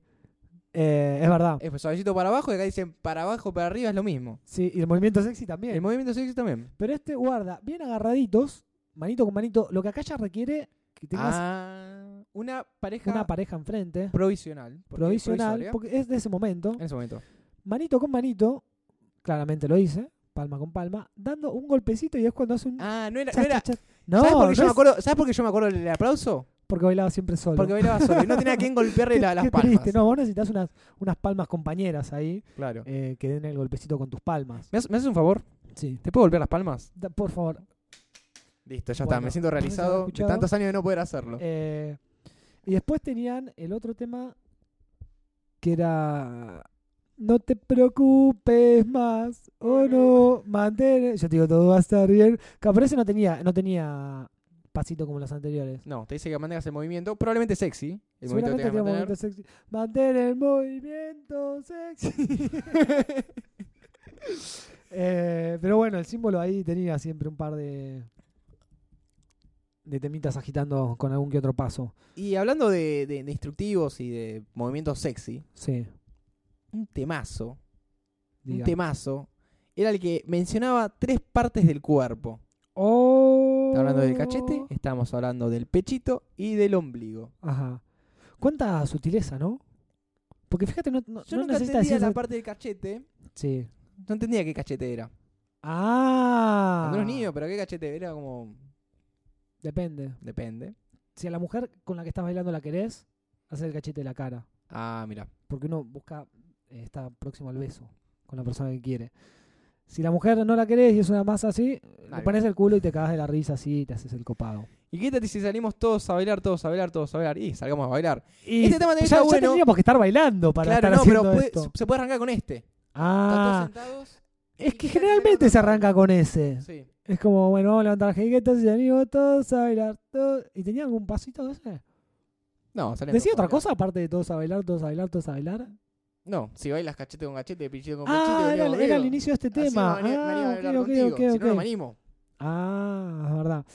Speaker 1: Eh, es verdad.
Speaker 2: Es pues, suavecito para abajo y acá dicen para abajo, para arriba es lo mismo.
Speaker 1: Sí, y el movimiento sexy también.
Speaker 2: El movimiento sexy también.
Speaker 1: Pero este guarda, bien agarraditos, manito con manito. Lo que acá ya requiere que tengas
Speaker 2: Ah, una pareja
Speaker 1: una pareja enfrente,
Speaker 2: provisional. porque-
Speaker 1: provisional,
Speaker 2: provisoria,
Speaker 1: porque es de ese momento.
Speaker 2: En ese momento.
Speaker 1: manito con manito, claramente lo hice, palma con palma, dando un golpecito y es cuando hace un...
Speaker 2: Ah, no era.
Speaker 1: chas,
Speaker 2: no era-
Speaker 1: chas, chas. No,
Speaker 2: ¿sabes, por qué
Speaker 1: no
Speaker 2: yo me
Speaker 1: es-
Speaker 2: acuerdo, ¿Sabes por qué yo me acuerdo del aplauso?
Speaker 1: porque bailaba siempre solo.
Speaker 2: Porque bailaba solo y no tenía a quien golpearle
Speaker 1: Qué-
Speaker 2: la- las
Speaker 1: qué
Speaker 2: palmas.
Speaker 1: triste, no, vos necesitas unas, unas palmas compañeras ahí
Speaker 2: Claro.
Speaker 1: eh, que den el golpecito con tus palmas.
Speaker 2: ¿Me haces, me haces un favor?
Speaker 1: Sí.
Speaker 2: ¿Te puedo golpear las palmas?
Speaker 1: Da- por favor.
Speaker 2: Listo, ya está.
Speaker 1: Bueno,
Speaker 2: Me siento
Speaker 1: con eso
Speaker 2: realizado de
Speaker 1: escuchado.
Speaker 2: tantos años de no poder hacerlo.
Speaker 1: Eh, y después tenían el otro tema que era... No te preocupes más, oh no, mantén... Yo te digo, todo va a estar bien. Que pero ese no tenía, no tenía pasito como los anteriores.
Speaker 2: No, te dice que mantengas el movimiento, probablemente sexy. El movimiento que
Speaker 1: Seguramente
Speaker 2: tengas que
Speaker 1: tenía
Speaker 2: mantener.
Speaker 1: movimiento sexy. Mantén el movimiento sexy. Eh, pero bueno, el símbolo ahí tenía siempre un par de de temitas agitando con algún que otro paso.
Speaker 2: Y hablando de, de- de instructivos y de movimientos sexy,
Speaker 1: Sí.
Speaker 2: un temazo, un
Speaker 1: diga.
Speaker 2: temazo, era el que mencionaba tres partes del cuerpo.
Speaker 1: Oh.
Speaker 2: Está hablando del cachete, estamos hablando del pechito y del ombligo.
Speaker 1: Ajá. Cuánta sutileza, ¿no? Porque fíjate, no, no,
Speaker 2: Yo
Speaker 1: no
Speaker 2: nunca
Speaker 1: necesita
Speaker 2: entendía
Speaker 1: decir.
Speaker 2: la parte del cachete,
Speaker 1: Sí.
Speaker 2: no entendía qué cachete era.
Speaker 1: Ah.
Speaker 2: Cuando eras niño, pero qué cachete era como...
Speaker 1: Depende.
Speaker 2: Depende.
Speaker 1: Si a la mujer con la que estás bailando la querés, hacer el cachete de la cara.
Speaker 2: Ah, mira.
Speaker 1: porque uno busca eh, estar próximo al beso con la persona que quiere. Si la mujer no la querés y es una masa así,
Speaker 2: Ahí
Speaker 1: le pones el culo y te cagas de la risa así y te haces el copado.
Speaker 2: ¿Y qué tal si salimos todos a bailar, todos a bailar, todos a bailar? Y salgamos a bailar.
Speaker 1: Y
Speaker 2: Este tema
Speaker 1: ya,
Speaker 2: también está
Speaker 1: ya
Speaker 2: bueno.
Speaker 1: tendríamos que estar bailando para
Speaker 2: claro,
Speaker 1: estar
Speaker 2: no, pero
Speaker 1: haciendo
Speaker 2: puede-
Speaker 1: esto.
Speaker 2: se puede arrancar con este.
Speaker 1: Ah,
Speaker 2: Están todos sentados.
Speaker 1: es que generalmente se arranca con este. ese.
Speaker 2: Sí.
Speaker 1: Es como, bueno, vamos a levantar jiguetas y salimos todos a bailar. Todos. ¿Y tenía algún pasito de ese?
Speaker 2: No, salen
Speaker 1: ¿Decía
Speaker 2: todos a
Speaker 1: otra
Speaker 2: bailar.
Speaker 1: cosa aparte de todos a bailar, todos a bailar, todos a bailar?
Speaker 2: No, si bailas cachete con cachete, pichito con
Speaker 1: Ah,
Speaker 2: pichito.
Speaker 1: era, era el inicio de este tema.
Speaker 2: Así me animo- me animo a
Speaker 1: Ah,
Speaker 2: bailar
Speaker 1: ok, ok,
Speaker 2: contigo.
Speaker 1: ok,
Speaker 2: Si no, no
Speaker 1: ok.
Speaker 2: me animo.
Speaker 1: Ah, es verdad.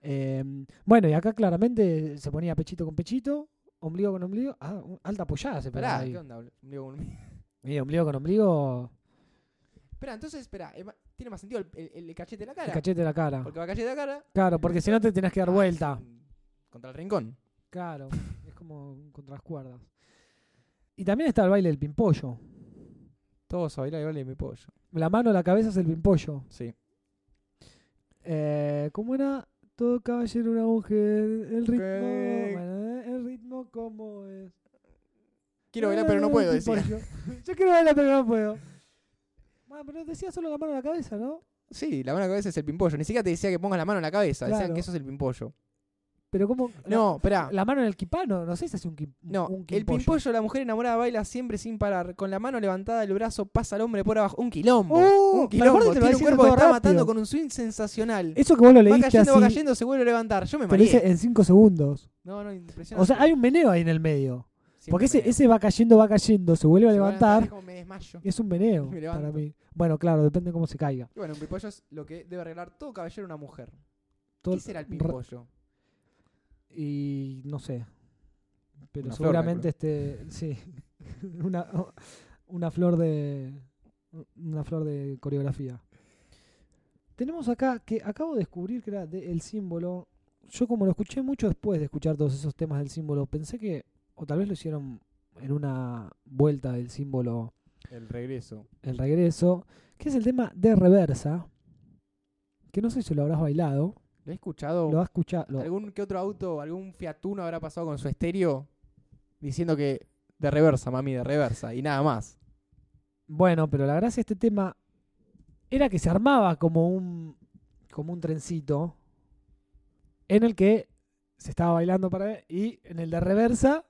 Speaker 1: Em, bueno, y acá claramente se ponía pechito con pechito, ombligo con ombligo. Ah, un- alta apoyada se pegaba
Speaker 2: Esperá,
Speaker 1: ahí.
Speaker 2: ¿qué onda? Ombligo con ombligo?
Speaker 1: Y ombligo con ombligo,
Speaker 2: Esperá, entonces, espera, tiene más sentido el, el- el cachete en la
Speaker 1: el
Speaker 2: cara.
Speaker 1: cachete de la cara.
Speaker 2: Porque va cachete en la cara.
Speaker 1: Claro, porque si no te tenés que dar
Speaker 2: ah,
Speaker 1: vuelta.
Speaker 2: Contra el rincón.
Speaker 1: Claro, es como un contra las cuerdas. Y también está el baile del pimpollo.
Speaker 2: Todos a bailar y vale mi pollo.
Speaker 1: La mano, la cabeza es el pimpollo.
Speaker 2: Sí.
Speaker 1: Eh, ¿Cómo era? Todo caballero, una mujer. El ritmo.
Speaker 2: Que-
Speaker 1: bueno, eh, el ritmo, ¿cómo es?
Speaker 2: Quiero bailar, pero no
Speaker 1: Eh,
Speaker 2: puedo,
Speaker 1: tipo
Speaker 2: decía.
Speaker 1: Yo. Yo quiero bailar, pero no puedo. Bueno, pero decía solo la mano en la cabeza, ¿no?
Speaker 2: Sí, la mano en la cabeza es el pimpollo. Ni siquiera te decía que pongas la mano en la cabeza. Decían
Speaker 1: Claro.
Speaker 2: que eso es el pimpollo.
Speaker 1: Pero como.
Speaker 2: No,
Speaker 1: La,
Speaker 2: esperá.
Speaker 1: la mano en el quipano, no sé si hace un, qui-
Speaker 2: No,
Speaker 1: un
Speaker 2: el
Speaker 1: quimpollo.
Speaker 2: pimpollo, la mujer enamorada baila siempre sin parar. Con la mano levantada, el brazo pasa al hombre por abajo. Un quilombo.
Speaker 1: ¡Oh!
Speaker 2: un
Speaker 1: Me acuerdo
Speaker 2: quilombo.
Speaker 1: que te lo va
Speaker 2: Tiene un
Speaker 1: diciendo
Speaker 2: cuerpo que
Speaker 1: todo
Speaker 2: está
Speaker 1: rápido.
Speaker 2: matando con un swing sensacional.
Speaker 1: Eso que vos lo
Speaker 2: va
Speaker 1: leíste
Speaker 2: cayendo,
Speaker 1: así,
Speaker 2: va cayendo, se vuelve a levantar. Yo me
Speaker 1: te lo hice
Speaker 2: mareé.
Speaker 1: en 5 segundos.
Speaker 2: No, no, impresionante.
Speaker 1: O sea, hay un meneo ahí en el medio.
Speaker 2: Siempre
Speaker 1: porque ese,
Speaker 2: me-
Speaker 1: ese va cayendo, va cayendo, se vuelve a
Speaker 2: se
Speaker 1: levantar.
Speaker 2: es como me desmayo.
Speaker 1: Es un meneo
Speaker 2: Me levanto.
Speaker 1: para mí. Bueno, claro, depende cómo se caiga.
Speaker 2: Y bueno, un pimpollo es lo que debe arreglar todo caballero una mujer.
Speaker 1: Todo-
Speaker 2: ¿Qué será el
Speaker 1: re-
Speaker 2: pimpollo?
Speaker 1: Y no sé. Pero
Speaker 2: Una flor,
Speaker 1: seguramente este. Sí. una, una flor de. Una flor de coreografía. Tenemos acá que acabo de descubrir que era de el símbolo. Yo, como lo escuché mucho después de escuchar todos esos temas del símbolo, pensé que. O tal vez lo hicieron en una vuelta del símbolo
Speaker 2: El regreso.
Speaker 1: El Regreso, que es el tema de Reversa, que no sé si lo habrás bailado,
Speaker 2: ¿Lo he escuchado?
Speaker 1: lo has escuchado, lo-
Speaker 2: ¿Algún que otro auto, algún fiatuno habrá pasado con su estéreo diciendo que de reversa, mami, de reversa, y nada más?
Speaker 1: Bueno, pero la gracia de este tema era que se armaba como un, como un trencito en el que se estaba bailando para y en el de reversa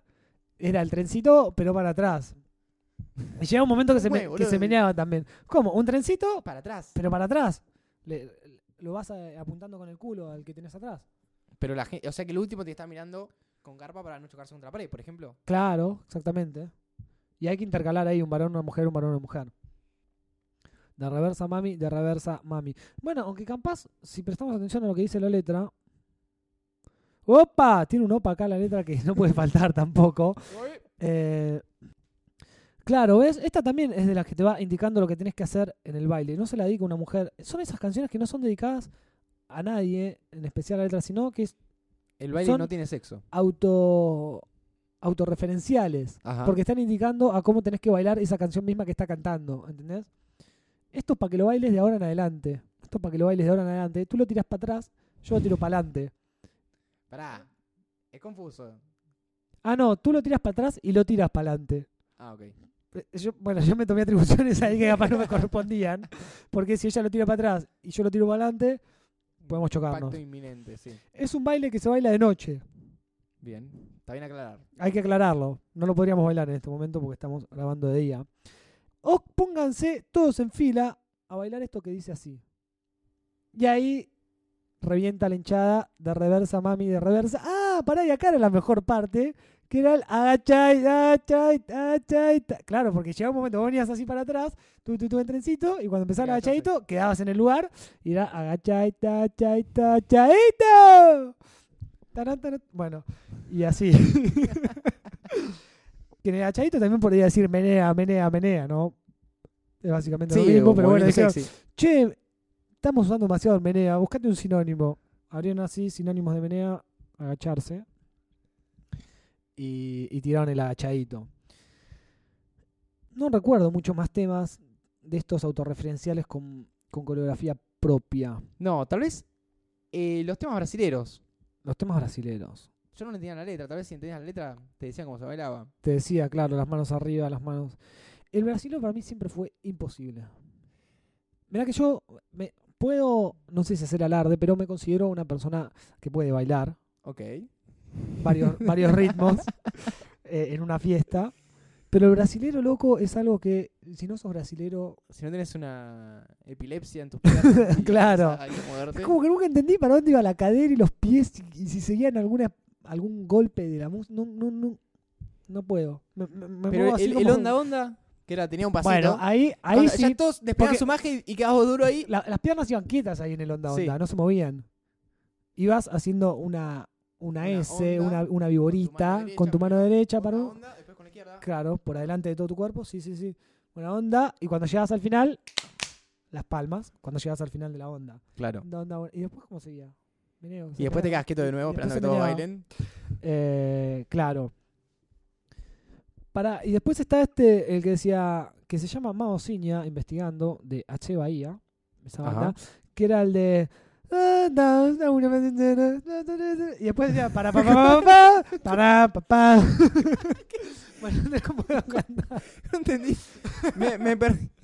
Speaker 1: era el trencito pero para atrás. Y llega un momento que se, me-
Speaker 2: Bueno,
Speaker 1: que se
Speaker 2: boludo.
Speaker 1: meneaba también. ¿Cómo? Un trencito
Speaker 2: Para atrás.
Speaker 1: pero para atrás. Le- lo vas eh, apuntando con el culo al que tenés atrás.
Speaker 2: Pero la gente, o sea que el último te está mirando con garpa para no chocarse contra la pared, por ejemplo.
Speaker 1: Claro, exactamente. Y hay que intercalar ahí un varón, una mujer, un varón, una mujer. De reversa, mami, de reversa, mami. Bueno, aunque capaz, si prestamos atención a lo que dice la letra. ¡Opa! Tiene un opa acá la letra que no puede faltar tampoco. Eh, claro, ¿ves? Esta también es de las que te va indicando lo que tenés que hacer en el baile. No se la dedica una mujer. Son esas canciones que no son dedicadas a nadie, en especial a la letra, sino que es
Speaker 2: El baile
Speaker 1: Son-
Speaker 2: no tiene sexo.
Speaker 1: auto autorreferenciales.
Speaker 2: Ajá.
Speaker 1: Porque están indicando a cómo tenés que bailar esa canción misma que está cantando, ¿entendés? Esto es para que lo bailes de ahora en adelante. Esto es para que lo bailes de ahora en adelante. Tú lo tiras para atrás, yo lo tiro para adelante.
Speaker 2: Pará. Es confuso.
Speaker 1: Ah, no, tú lo tiras para atrás y lo tiras para adelante.
Speaker 2: Ah, ok.
Speaker 1: Eh, yo- bueno, yo me tomé atribuciones ahí que capaz no me correspondían. Porque si ella lo tira para atrás y yo lo tiro para adelante, podemos chocarnos.
Speaker 2: Pacto inminente, sí.
Speaker 1: Es un baile que se baila de noche.
Speaker 2: Bien. Está bien aclarar.
Speaker 1: Hay que aclararlo. No lo podríamos bailar en este momento porque estamos grabando de día. O pónganse todos en fila a bailar esto que dice así. Y ahí revienta la hinchada de reversa, mami, de reversa. Ah, pará, y acá era la mejor parte, que era el agachai, agachai, agachai. ta- Claro, porque llegaba un momento, vos venías así para atrás, tú, tú, tú en trencito, y cuando empezaba el
Speaker 2: Agachaste.
Speaker 1: agachadito, quedabas en el lugar, y era agachai, ta, chai, ta, chaito. Tarán, tarán. Bueno, y así. que en el agachadito también podría decir menea, menea, menea, ¿no? Es básicamente lo mismo, pero bueno, dijeron, Che, estamos usando demasiado el menea, buscate un sinónimo. Abrieron así sinónimos de menea, agacharse. Y, y tiraron el agachadito. No recuerdo muchos más temas de estos autorreferenciales con, con coreografía propia.
Speaker 2: No, tal vez eh, los temas brasileros.
Speaker 1: Los temas brasileros.
Speaker 2: Yo no entendía la letra. Tal vez si entendías la letra te decían cómo se bailaba.
Speaker 1: Te decía, claro, las manos arriba, las manos. El brasileño para mí siempre fue imposible. Mirá que yo me puedo, no sé si hacer alarde, pero me considero una persona que puede bailar.
Speaker 2: Ok.
Speaker 1: varios, varios ritmos eh, en una fiesta. Pero el brasilero loco es algo que, si no sos brasilero,
Speaker 2: Si no tienes una epilepsia en tus piernas. y
Speaker 1: Claro.
Speaker 2: empezás a moverte,
Speaker 1: es como que nunca entendí para dónde iba la cadera y los pies y, y si seguían alguna, algún golpe de la música. No, no, no, no puedo. Me- me- me muevo
Speaker 2: Pero
Speaker 1: así
Speaker 2: el,
Speaker 1: como
Speaker 2: el
Speaker 1: con-
Speaker 2: onda onda, que era, tenía un pasito.
Speaker 1: Bueno, ahí, ahí
Speaker 2: Cuando
Speaker 1: sí.
Speaker 2: Ya todos despegaban
Speaker 1: porque-
Speaker 2: su magia y, y quedabas vos duro ahí.
Speaker 1: la- las piernas iban quietas ahí en el onda
Speaker 2: Sí.
Speaker 1: onda, no se movían. Ibas haciendo una, una,
Speaker 2: Una
Speaker 1: S,
Speaker 2: onda
Speaker 1: una, una viborita
Speaker 2: derecha,
Speaker 1: con tu mano derecha, para
Speaker 2: Onda, onda, después con la izquierda.
Speaker 1: Claro, por adelante de todo tu cuerpo, sí, sí, sí. Buena onda. Y cuando llegas al final, las palmas, cuando llegas al final de la onda.
Speaker 2: Claro.
Speaker 1: Onda, onda, onda. Y después, ¿cómo seguía? Meneo,
Speaker 2: Y después te quedas quieto de nuevo
Speaker 1: Y después
Speaker 2: esperando
Speaker 1: se
Speaker 2: que todos
Speaker 1: meneaba.
Speaker 2: bailen.
Speaker 1: Eh, claro. Para, y después está este, el que decía, que se llama Mao Ciña, investigando, de H. Bahía, esa
Speaker 2: Ajá.
Speaker 1: banda, que era el de... Y después decía, para, para, para, para, para, para. Bueno, no es como cantar.
Speaker 2: No entendí. me, me perdí.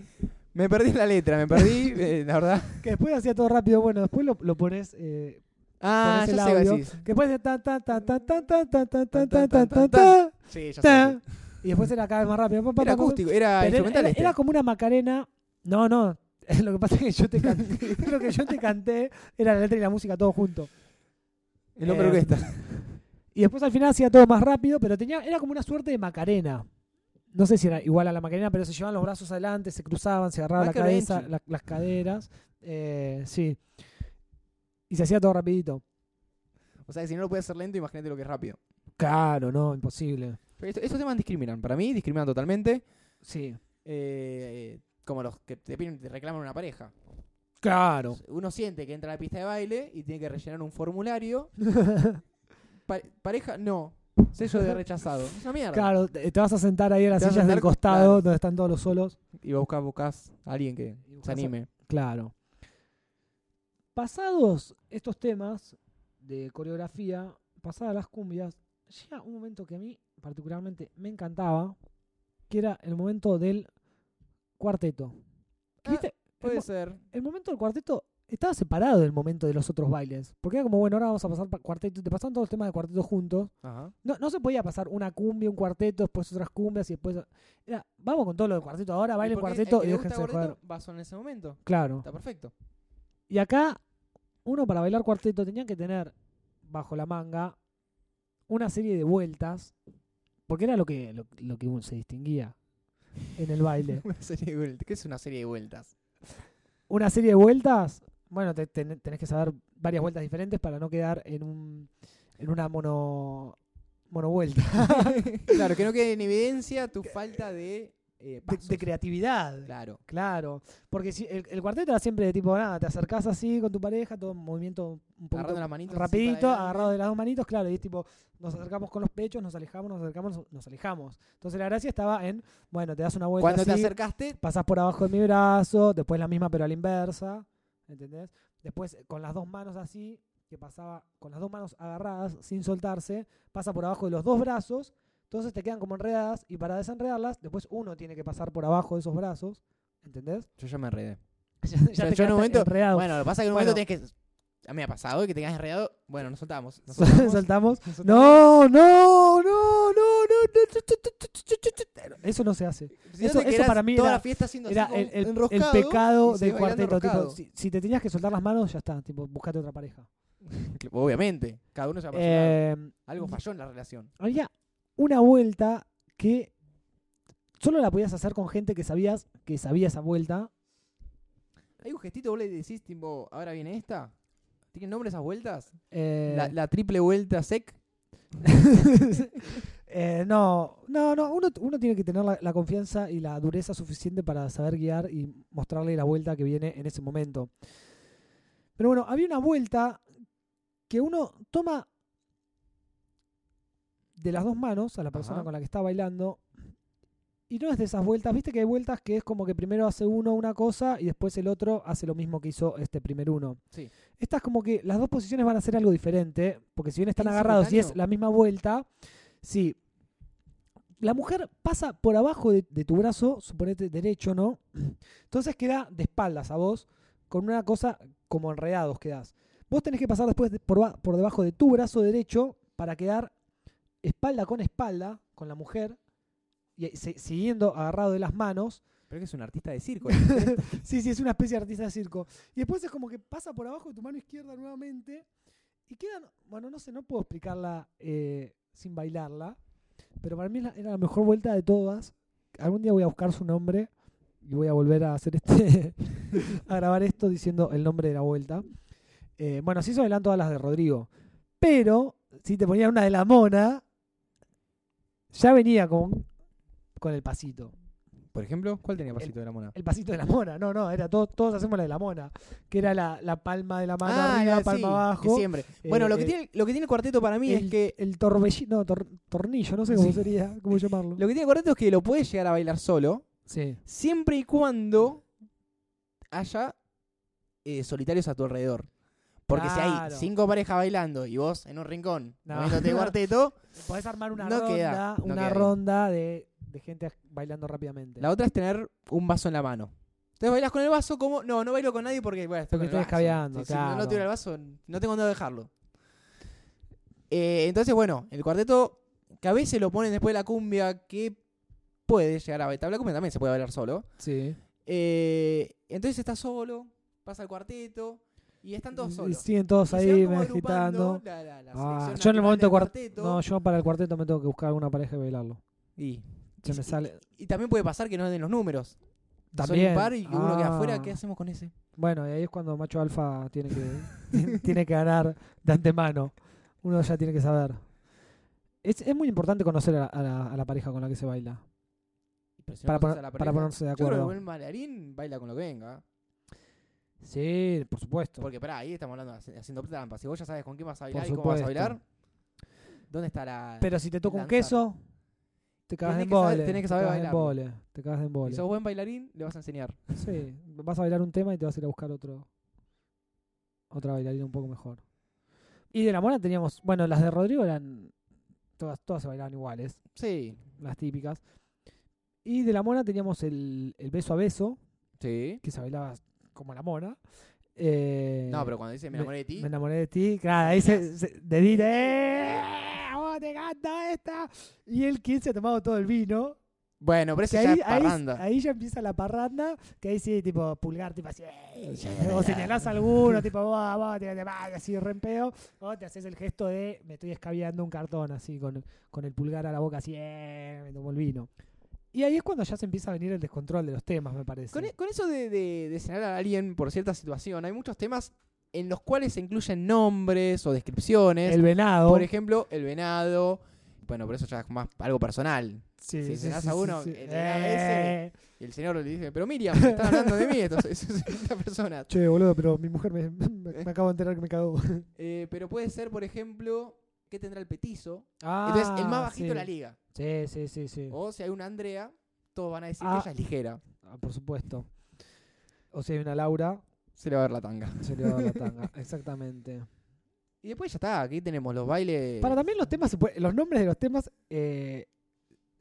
Speaker 2: Me perdí la letra, me perdí, eh, la verdad.
Speaker 1: Que después hacía todo rápido. Bueno, después lo, lo pones. Eh,
Speaker 2: Ah,
Speaker 1: Ponés
Speaker 2: ya
Speaker 1: el
Speaker 2: sé qué
Speaker 1: audio.
Speaker 2: decís.
Speaker 1: que después de ta ta ta ta ta ta ta ta ta ta
Speaker 2: Tan, tan,
Speaker 1: ta
Speaker 2: tan,
Speaker 1: ta
Speaker 2: tan,
Speaker 1: ta
Speaker 2: Sí, ya sé.
Speaker 1: ta. Y después era cada vez más rápido. Pa, pa,
Speaker 2: Era
Speaker 1: pa, pa, pa.
Speaker 2: acústico, era
Speaker 1: Pero
Speaker 2: instrumental
Speaker 1: era,
Speaker 2: este.
Speaker 1: era como una macarena. No, no. Lo que pasa es que yo te canté, lo que yo te canté era la letra y la música todo junto.
Speaker 2: El hombre
Speaker 1: eh,
Speaker 2: orquesta.
Speaker 1: Y después al final hacía todo más rápido, pero tenía era como una suerte de macarena. No sé si era igual a la macarena, pero se llevaban los brazos adelante, se cruzaban, se agarraban la
Speaker 2: Macarena.
Speaker 1: cabeza, la- las caderas. Eh, sí. Y se hacía todo rapidito.
Speaker 2: O sea, que si no lo puedes hacer lento, imagínate lo que es rápido.
Speaker 1: Claro, no, imposible.
Speaker 2: Pero esto- estos temas discriminan. Para mí, discriminan totalmente.
Speaker 1: Sí.
Speaker 2: eh, como los que te, piden- te reclaman una pareja.
Speaker 1: Claro.
Speaker 2: Uno siente que entra a la pista de baile y tiene que rellenar un formulario. Pa- pareja, no. Sello de rechazado. Es una mierda.
Speaker 1: Claro, te te vas a sentar ahí en las
Speaker 2: Te vas a
Speaker 1: sillas del
Speaker 2: sentar-
Speaker 1: costado
Speaker 2: claro.
Speaker 1: donde están todos los solos.
Speaker 2: Y buscas, buscas a alguien que
Speaker 1: Y buscas
Speaker 2: se
Speaker 1: a-
Speaker 2: anime.
Speaker 1: Claro. Pasados estos temas de coreografía, pasadas las cumbias, llega un momento que a mí particularmente me encantaba, que era el momento del cuarteto. Que,
Speaker 2: Ah,
Speaker 1: ¿Viste?
Speaker 2: Puede
Speaker 1: mo-
Speaker 2: ser.
Speaker 1: El momento del cuarteto estaba separado del momento de los otros bailes, porque era como, bueno, ahora vamos a pasar pa- cuarteto, y te pasaban todos los temas de cuarteto juntos.
Speaker 2: Ajá.
Speaker 1: No, no se podía pasar una cumbia, un cuarteto, después otras cumbias y después... Era, vamos con todo lo del cuarteto ahora, bailen cuarteto y déjense de joder.
Speaker 2: Vas en ese momento.
Speaker 1: Claro.
Speaker 2: Está perfecto.
Speaker 1: Y acá, uno para bailar cuarteto tenía que tener bajo la manga una serie de vueltas, porque era lo que, lo, lo que se distinguía en el baile.
Speaker 2: Una serie de vueltas. ¿Qué es una serie de vueltas?
Speaker 1: Una serie de vueltas, bueno, te- ten- tenés que saber varias vueltas diferentes para no quedar en un en una mono monovuelta
Speaker 2: claro, que no quede en evidencia tu falta de. eh,
Speaker 1: de,
Speaker 2: pasos.
Speaker 1: de creatividad.
Speaker 2: Claro.
Speaker 1: Claro, porque si el, el cuarteto era siempre de tipo, nada, te acercás así con tu pareja, todo movimiento un poquito
Speaker 2: Agarrando las manitas. así
Speaker 1: rapidito,
Speaker 2: para adelante.
Speaker 1: agarrado de las dos manitos, claro, y es tipo, nos acercamos con los pechos, nos alejamos, nos acercamos, nos- nos alejamos. Entonces la gracia estaba en, bueno, te das una vuelta
Speaker 2: Cuando te
Speaker 1: así,
Speaker 2: acercaste,
Speaker 1: pasás por abajo de mi brazo, después la misma pero a la inversa, ¿entendés? Después eh, con las dos manos así, que pasaba con las dos manos agarradas sin soltarse, pasa por abajo de los dos brazos, entonces te quedan como enredadas y para desenredarlas, después uno tiene que pasar por abajo de esos brazos, ¿entendés?
Speaker 2: yo ya me enredé.
Speaker 1: ya,
Speaker 2: sea,
Speaker 1: te
Speaker 2: yo en un
Speaker 1: quedaste
Speaker 2: momento-
Speaker 1: enredado.
Speaker 2: Bueno, lo que pasa es que en un
Speaker 1: Bueno.
Speaker 2: momento tienes que. A mí me ha pasado que te quedas enredado. Bueno, nos soltamos. Nos
Speaker 1: Saltamos.
Speaker 2: nos soltamos.
Speaker 1: No, no, no, no, no, no. Eso no se hace.
Speaker 2: Si no
Speaker 1: Eso-
Speaker 2: te
Speaker 1: eso
Speaker 2: quedás
Speaker 1: para mí
Speaker 2: toda
Speaker 1: era-
Speaker 2: la fiesta haciendo
Speaker 1: Era
Speaker 2: así
Speaker 1: el,
Speaker 2: como
Speaker 1: el- el
Speaker 2: enroscado
Speaker 1: pecado
Speaker 2: y se
Speaker 1: del
Speaker 2: bailando
Speaker 1: cuarteto. tipo,
Speaker 2: enroscado.
Speaker 1: si, si te tenías que soltar las manos, ya está. Tipo, buscate otra pareja.
Speaker 2: Obviamente, cada uno se va a
Speaker 1: Eh,
Speaker 2: Algo falló en la relación.
Speaker 1: había una vuelta que solo la podías hacer con gente que sabías que sabía esa vuelta.
Speaker 2: Hay un gestito, vos le decís, tipo, ahora viene esta. ¿Tienen nombre esas vueltas?
Speaker 1: Eh,
Speaker 2: La, la triple vuelta sec.
Speaker 1: eh, no, no, no. Uno, uno tiene que tener la, la confianza y la dureza suficiente para saber guiar y mostrarle la vuelta que viene en ese momento. Pero bueno, había una vuelta que uno toma de las dos manos a la persona
Speaker 2: Ajá.
Speaker 1: con la que está bailando. Y no es de esas vueltas, viste que hay vueltas que es como que primero hace uno una cosa y después el otro hace lo mismo que hizo este primer uno.
Speaker 2: Sí.
Speaker 1: Estas como que las dos posiciones van a ser algo diferente, porque si bien están
Speaker 2: ¿En
Speaker 1: agarrados y es
Speaker 2: simultáneo?
Speaker 1: la misma vuelta, sí. La mujer pasa por abajo de, de tu brazo, suponete derecho, ¿no? Entonces queda de espaldas a vos, con una cosa como enredados quedás. Vos tenés que pasar después de- por, ba- por debajo de tu brazo derecho para quedar espalda con espalda con la mujer y se- siguiendo agarrado de las manos.
Speaker 2: Pero que es un artista de circo. eh.
Speaker 1: Sí, sí, es una especie de artista de circo. Y después es como que pasa por abajo de tu mano izquierda nuevamente y quedan, bueno, no sé, no puedo explicarla eh, sin bailarla, pero para mí es la- era la mejor vuelta de todas. Algún día voy a buscar su nombre y voy a volver a hacer este, a grabar esto diciendo el nombre de la vuelta. Eh, bueno, sí se bailan todas las de Rodrigo, pero si te ponían una de la mona, ya venía con, con el pasito.
Speaker 2: Por ejemplo, ¿cuál tenía pasito de la mona?
Speaker 1: El pasito de la mona, no, no, era todo, todos hacemos la de la mona, que era la, la palma de la mano
Speaker 2: Ah,
Speaker 1: arriba,
Speaker 2: sí,
Speaker 1: palma
Speaker 2: que
Speaker 1: abajo,
Speaker 2: siempre. Bueno,
Speaker 1: Eh,
Speaker 2: lo, que
Speaker 1: eh,
Speaker 2: tiene, lo que tiene el cuarteto para mí es que.
Speaker 1: el torbellino, tor- tornillo, no sé cómo sería, cómo llamarlo.
Speaker 2: Lo que tiene el cuarteto es que lo puedes llegar a bailar solo,
Speaker 1: Sí,
Speaker 2: siempre y cuando haya eh, solitarios a tu alrededor. Porque si
Speaker 1: Claro.
Speaker 2: hay cinco parejas bailando y vos en un rincón
Speaker 1: No.
Speaker 2: moviéndote cuarteto,
Speaker 1: podés armar una
Speaker 2: No
Speaker 1: ronda,
Speaker 2: queda, no
Speaker 1: una
Speaker 2: queda bien.
Speaker 1: ronda de, de gente bailando rápidamente.
Speaker 2: la otra es tener un vaso en la mano. Entonces bailas con el vaso como, no, no bailo con nadie porque, bueno, estoy
Speaker 1: Porque
Speaker 2: con el
Speaker 1: estoy
Speaker 2: vaso.
Speaker 1: escabeando,
Speaker 2: Si- si no-
Speaker 1: claro.
Speaker 2: no tiro el vaso, no tengo dónde dejarlo. Eh, entonces, bueno, el cuarteto que a veces lo ponen después de la cumbia que puede llegar a bailar. La cumbia también se puede bailar solo.
Speaker 1: sí.
Speaker 2: Eh, entonces está solo, pasa el cuarteto y están todos
Speaker 1: Y
Speaker 2: solos.
Speaker 1: siguen todos
Speaker 2: Y se van
Speaker 1: ahí
Speaker 2: como
Speaker 1: me
Speaker 2: agrupando
Speaker 1: agitando.
Speaker 2: la- la- la
Speaker 1: Ah, yo
Speaker 2: selección
Speaker 1: en el
Speaker 2: nacional
Speaker 1: momento
Speaker 2: del
Speaker 1: cuart-
Speaker 2: cuarteto.
Speaker 1: No, yo para el cuarteto me tengo que buscar alguna pareja y bailarlo.
Speaker 2: y,
Speaker 1: Se
Speaker 2: y-
Speaker 1: me
Speaker 2: y-
Speaker 1: sale.
Speaker 2: y también puede pasar que no den los números. Son
Speaker 1: También.
Speaker 2: impar y que uno queda
Speaker 1: Ah.
Speaker 2: afuera. ¿Qué hacemos con ese?
Speaker 1: Bueno, y ahí es cuando Macho Alfa tiene que, tiene que ganar de antemano. Uno ya tiene que saber. Es, es muy importante conocer a la, a la- a la pareja con la que se baila.
Speaker 2: Pero si no
Speaker 1: Para,
Speaker 2: conoces
Speaker 1: poner-
Speaker 2: a la
Speaker 1: para
Speaker 2: pareja-
Speaker 1: ponerse de
Speaker 2: Yo creo que el
Speaker 1: acuerdo.
Speaker 2: buen bailarín baila con lo que venga.
Speaker 1: Sí, por supuesto.
Speaker 2: Porque pará, ahí estamos hablando de haci- haciendo trampa. Si vos ya sabes con quién vas a
Speaker 1: Por
Speaker 2: bailar y cómo vas a
Speaker 1: supuesto.
Speaker 2: bailar, ¿Dónde está la.?
Speaker 1: Pero si te toca un
Speaker 2: lanzar.
Speaker 1: queso, te cagas de
Speaker 2: Tenés que saber-
Speaker 1: embole.
Speaker 2: tenés que
Speaker 1: te
Speaker 2: saber
Speaker 1: cagás de
Speaker 2: bailarlo.
Speaker 1: embole, Te cagas de
Speaker 2: si
Speaker 1: embole.
Speaker 2: sos buen bailarín, le vas a enseñar.
Speaker 1: Sí, vas a bailar un tema y te vas a ir a buscar otro. Otra bailarina un poco mejor. Y de la mona teníamos. Bueno, las de Rodrigo eran. Todas, todas se bailaban iguales,
Speaker 2: Sí.
Speaker 1: las típicas. Y de la mona teníamos el, el beso a beso,
Speaker 2: Sí.
Speaker 1: que se bailaba como la mona. Eh,
Speaker 2: No, pero cuando dice me enamoré de ti.
Speaker 1: Me enamoré de ti. Claro, ahí se, se- de Dile, ¡eh! ¡Vos te canta esta! Y el quien se ha tomado todo el vino.
Speaker 2: Bueno, pero
Speaker 1: Que
Speaker 2: ese ya
Speaker 1: ahí,
Speaker 2: es
Speaker 1: ahí,
Speaker 2: parranda.
Speaker 1: ahí ya empieza la parranda, que ahí sí, tipo, pulgar, tipo así, "Eh", o señalás a alguno, tipo, vos, vos, te, te vas", así, rempeo, o te haces el gesto de, me estoy escabeando un cartón, así, con, con el pulgar a la boca, así, "Eh", me tomo el vino. Y ahí es cuando ya se empieza a venir el descontrol de los temas, me parece.
Speaker 2: Con, e- con eso de, de, de señalar a alguien por cierta situación, hay muchos temas en los cuales se incluyen nombres o descripciones.
Speaker 1: el venado.
Speaker 2: Por ejemplo, el venado. Bueno, pero eso ya es más algo personal.
Speaker 1: sí,
Speaker 2: si señalás a uno, el venado
Speaker 1: "Eh".
Speaker 2: Y el señor le dice, pero Miriam, me están hablando de mí, entonces es esta persona.
Speaker 1: Che, boludo, pero mi mujer me, me- me acabo de enterar que me cagó.
Speaker 2: Eh, pero puede ser, por ejemplo, ¿qué tendrá el petizo?
Speaker 1: Ah,
Speaker 2: Entonces, el más bajito
Speaker 1: sí.
Speaker 2: de la Oh. liga.
Speaker 1: Sí, sí, sí, sí.
Speaker 2: O si hay una Andrea, todos van a decir
Speaker 1: Ah.
Speaker 2: que ella es ligera.
Speaker 1: Ah, por supuesto. O sea, hay una Laura,
Speaker 2: Se le va a ver la tanga.
Speaker 1: se le va a dar la tanga. Exactamente.
Speaker 2: Y después ya está, aquí tenemos los bailes.
Speaker 1: Para también los temas, se puede- los nombres de los temas. eh,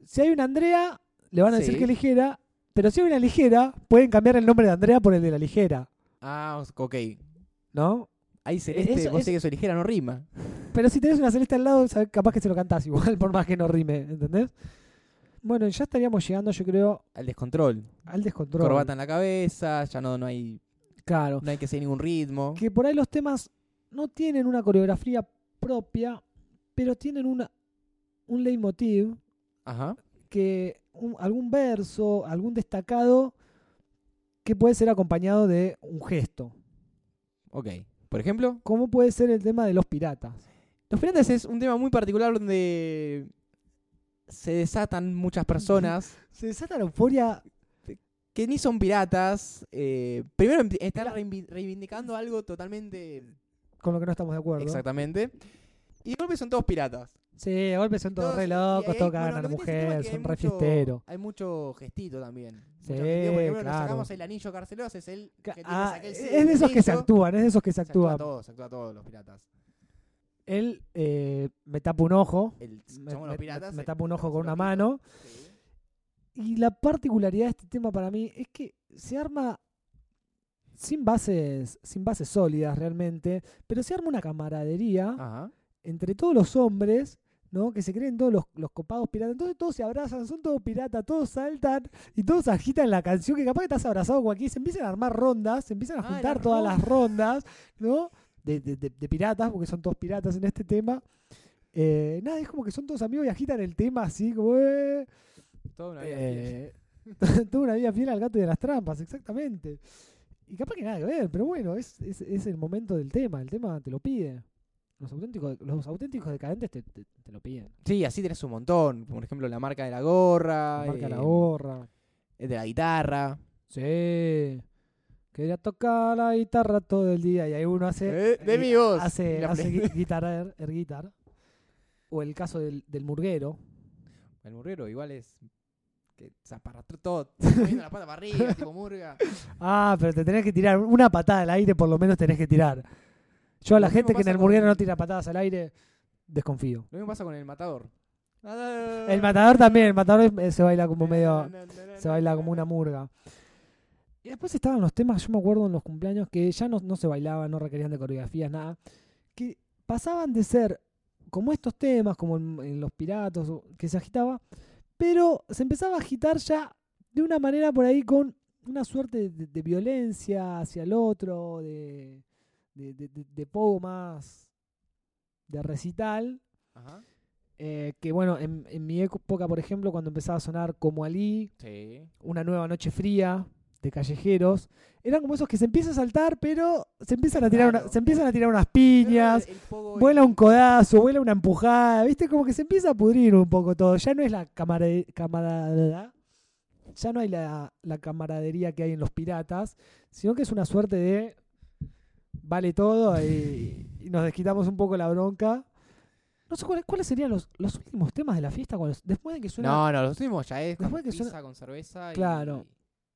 Speaker 1: si hay una Andrea, le van a decir
Speaker 2: Sí.
Speaker 1: que es ligera. Pero si hay una ligera, pueden cambiar el nombre de Andrea por el de la ligera,
Speaker 2: Ah, ok.
Speaker 1: ¿no?
Speaker 2: Ahí celeste,
Speaker 1: Eso-
Speaker 2: vos
Speaker 1: eso-
Speaker 2: sé que soy ligera, no rima.
Speaker 1: Pero si tenés una celeste al lado, sabés- capaz que se lo cantás igual, por más que no rime, ¿entendés? Bueno, ya estaríamos llegando, yo creo,
Speaker 2: Al descontrol.
Speaker 1: al descontrol.
Speaker 2: Corbata en la cabeza, ya no, no hay
Speaker 1: Claro.
Speaker 2: no hay que seguir ningún ritmo.
Speaker 1: que por ahí los temas no tienen una coreografía propia, pero tienen una, un leitmotiv
Speaker 2: Ajá.
Speaker 1: que un- algún verso, algún destacado que puede ser acompañado de un gesto.
Speaker 2: Ok. Por ejemplo,
Speaker 1: Como puede ser el tema de los piratas.
Speaker 2: Los piratas es un tema muy particular donde se desatan muchas personas
Speaker 1: Se desata la euforia.
Speaker 2: que ni son piratas. eh, primero em- están reivi- reivindicando algo totalmente
Speaker 1: Con lo que no estamos de acuerdo.
Speaker 2: exactamente. Y de golpe son todos piratas.
Speaker 1: Sí, de golpe son todos
Speaker 2: Todos-
Speaker 1: re
Speaker 2: y ahí,
Speaker 1: locos, tocan
Speaker 2: bueno,
Speaker 1: a la
Speaker 2: lo que tiene
Speaker 1: mujer,
Speaker 2: este tema es que
Speaker 1: son
Speaker 2: hay
Speaker 1: re
Speaker 2: mucho-
Speaker 1: fiesteros.
Speaker 2: Hay mucho gestito también.
Speaker 1: Sí,
Speaker 2: Mucho gestito, por ejemplo, nos
Speaker 1: claro.
Speaker 2: sacamos el anillo carceloso, es el que tiene,
Speaker 1: Ah,
Speaker 2: saqué el
Speaker 1: es de esos que se
Speaker 2: anillo.
Speaker 1: actúan, es de esos que se
Speaker 2: Se actúa
Speaker 1: actúan.
Speaker 2: todo, se actúa todo los piratas.
Speaker 1: Él eh, me tapa un ojo,
Speaker 2: El-
Speaker 1: me,
Speaker 2: somos
Speaker 1: me-
Speaker 2: los piratas.
Speaker 1: me
Speaker 2: eh,
Speaker 1: tapa un ojo
Speaker 2: tapamos
Speaker 1: con una
Speaker 2: el ojito.
Speaker 1: mano.
Speaker 2: Sí.
Speaker 1: Y la particularidad de este tema para mí es que se arma sin bases, sin bases sólidas realmente, pero se arma una camaradería
Speaker 2: Ajá.
Speaker 1: entre todos los hombres, ¿no? Que se creen todos los, los copados piratas. Entonces todos se abrazan, son todos piratas, todos saltan y todos agitan la canción, que capaz que estás abrazado con cualquiera. y Se empiezan a armar rondas, se empiezan a
Speaker 2: Ah, la
Speaker 1: juntar todas las rondas, ¿no? De, de- de- de piratas, porque son todos piratas en este tema. Eh, nada, es como que son todos amigos y agitan el tema así, como... "Eh".
Speaker 2: Toda una vida fiel.
Speaker 1: Eh, Tuvo una vida fiel al gato y a las trampas, exactamente. Y capaz que nada que ver, pero bueno, es, es, es el momento del tema, el tema te lo pide. Los auténticos, los auténticos decadentes te, te- te lo piden.
Speaker 2: Sí, así tenés un montón. Por ejemplo, la marca de la gorra.
Speaker 1: La marca
Speaker 2: eh,
Speaker 1: la gorra.
Speaker 2: el de la guitarra.
Speaker 1: Sí. Quería tocar la guitarra todo el día y ahí uno hace...
Speaker 2: Eh, de
Speaker 1: eh,
Speaker 2: mi voz. Y
Speaker 1: Hace,
Speaker 2: la
Speaker 1: hace
Speaker 2: prende.
Speaker 1: gui- guitarra, air- air guitar. O el caso del, del murguero.
Speaker 2: El murguero igual es... Que se aparató todo. moviendo la pata para arriba, tipo murga.
Speaker 1: Ah, pero te tenés que tirar una patada al aire, por lo menos tenés que tirar. Yo a la
Speaker 2: Lo mismo
Speaker 1: gente que en
Speaker 2: pasa
Speaker 1: el
Speaker 2: con-
Speaker 1: murguero no tira patadas al aire, desconfío.
Speaker 2: Lo mismo pasa con el matador.
Speaker 1: El matador también, el matador eh, se baila como medio. Se baila como una murga. Y después estaban los temas, yo me acuerdo en los cumpleaños, que ya no, no se bailaban, no requerían de coreografías, nada. Que pasaban de ser como estos temas, como en, en Los Piratas, o- que se agitaba, pero se empezaba a agitar ya de una manera por ahí con una suerte de, de violencia hacia el otro, de, de, de- de- de poco más de recital,
Speaker 2: Ajá.
Speaker 1: eh, que bueno, en, en mi época, por ejemplo, cuando empezaba a sonar como Ali,
Speaker 2: Sí.
Speaker 1: una nueva noche fría de callejeros. Eran como esos que se empieza a saltar, pero se empiezan a tirar, una-
Speaker 2: Claro.
Speaker 1: se empiezan a tirar unas piñas,
Speaker 2: El pogo-
Speaker 1: vuela un codazo, vuela una empujada, ¿viste? Como que se empieza a pudrir un poco todo. Ya no es la camaradería, ya no hay la, la camaradería que hay en los piratas, sino que es una suerte de vale todo y, y nos desquitamos un poco la bronca. No sé cuáles cuáles serían los, los últimos temas de la fiesta. cuando- después de que suena.
Speaker 2: No, no, los últimos ya es
Speaker 1: Después
Speaker 2: con
Speaker 1: que
Speaker 2: pizza,
Speaker 1: suena-
Speaker 2: con cerveza y-
Speaker 1: Claro.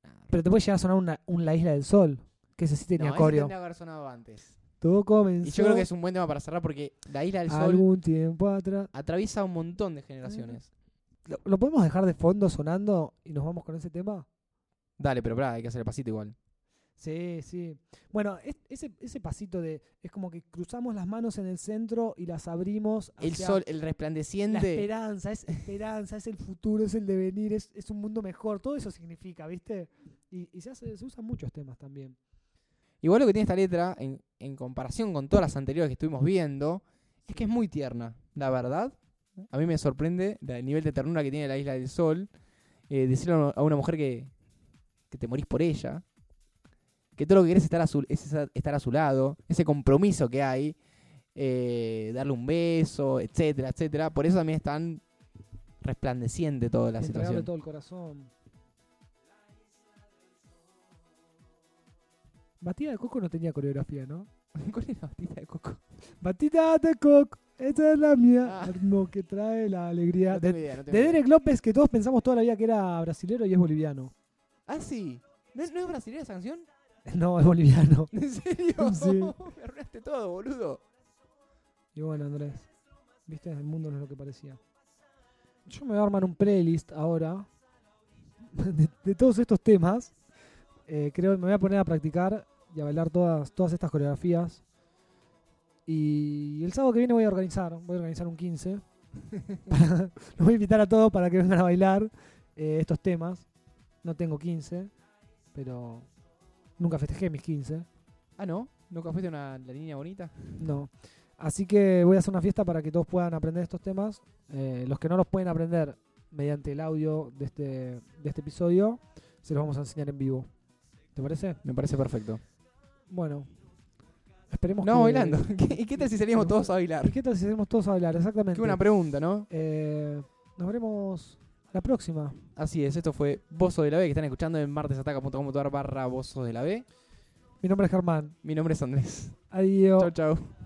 Speaker 2: nada.
Speaker 1: Pero te puede llegar a sonar una, un La Isla del Sol. Que ese sí tenía
Speaker 2: No, ese
Speaker 1: coreo.
Speaker 2: tendría que haber sonado antes.
Speaker 1: Todo comenzó
Speaker 2: Y yo creo que es un buen tema para cerrar porque La Isla del Sol
Speaker 1: algún tiempo atrás.
Speaker 2: atraviesa un montón de generaciones.
Speaker 1: ¿Lo, lo podemos dejar de fondo sonando y nos vamos con ese tema?
Speaker 2: Dale, pero pará, hay que hacer el pasito igual.
Speaker 1: Sí, sí. Bueno, es- ese, ese pasito de. Es como que cruzamos las manos en el centro y las abrimos.
Speaker 2: El
Speaker 1: hacia
Speaker 2: sol, el
Speaker 1: Ah, La
Speaker 2: resplandeciente.
Speaker 1: esperanza, es esperanza, es el futuro, es el devenir, es, es un mundo mejor. Todo eso significa, ¿viste? Y, y se, hace- se usan muchos temas también.
Speaker 2: Igual lo que tiene esta letra, en, en comparación con todas las anteriores que estuvimos viendo, es que es muy tierna. La verdad, a mí me sorprende la- el nivel de ternura que tiene La Isla del Sol. Eh, decirle a una- a una mujer que, que te morís por ella. Que todo lo que querés estar a su- es esa- estar a su lado. Ese compromiso que hay. eh, darle un beso, etcétera, etcétera. Por eso también es tan resplandeciente toda la
Speaker 1: Entregarle
Speaker 2: situación.
Speaker 1: todo el corazón. Batida de Coco no tenía coreografía, ¿no?
Speaker 2: ¿Cuál es la batida de coco?
Speaker 1: Batida de Coco, esa es la mía.
Speaker 2: Ah.
Speaker 1: No, que trae la alegría.
Speaker 2: No
Speaker 1: de,
Speaker 2: tengo idea, no tengo
Speaker 1: de
Speaker 2: idea.
Speaker 1: Derek López, que todos pensamos toda la vida que era brasilero y es boliviano.
Speaker 2: Ah, sí. ¿No, es- no es brasileña esa canción?
Speaker 1: No, es boliviano.
Speaker 2: ¿En serio?
Speaker 1: Sí.
Speaker 2: Me arruinaste todo, boludo.
Speaker 1: Y bueno, Andrés, viste, el mundo no es lo que parecía. Yo me voy a armar un playlist ahora de, de todos estos temas. Eh, creo que me voy a poner a practicar y a bailar todas, todas estas coreografías. Y el sábado que viene voy a organizar, voy a organizar un 15. Para- los voy a invitar a todos para que vengan a bailar eh, estos temas. No tengo 15, pero nunca festejé mis 15.
Speaker 2: Ah, ¿no? ¿Nunca fuiste una la niña bonita?
Speaker 1: No. Así que voy a hacer una fiesta para que todos puedan aprender estos temas. Eh, los que no los pueden aprender mediante el audio de este, de este episodio, se los vamos a enseñar en vivo. ¿Te parece?
Speaker 2: Me parece perfecto.
Speaker 1: Bueno. Esperemos
Speaker 2: No,
Speaker 1: que...
Speaker 2: bailando. ¿Qué- ¿Y qué tal si salimos todos a bailar?
Speaker 1: ¿Y qué tal si hacemos todos a bailar? Exactamente.
Speaker 2: Qué buena pregunta, ¿no?
Speaker 1: Eh, nos veremos la próxima.
Speaker 2: Así es, esto fue Bozo de la B, que están escuchando en martesataca.com.ar barra Bozo de la B.
Speaker 1: Mi nombre es Germán.
Speaker 2: Mi nombre es Andrés.
Speaker 1: Adiós.
Speaker 2: Chau, chau.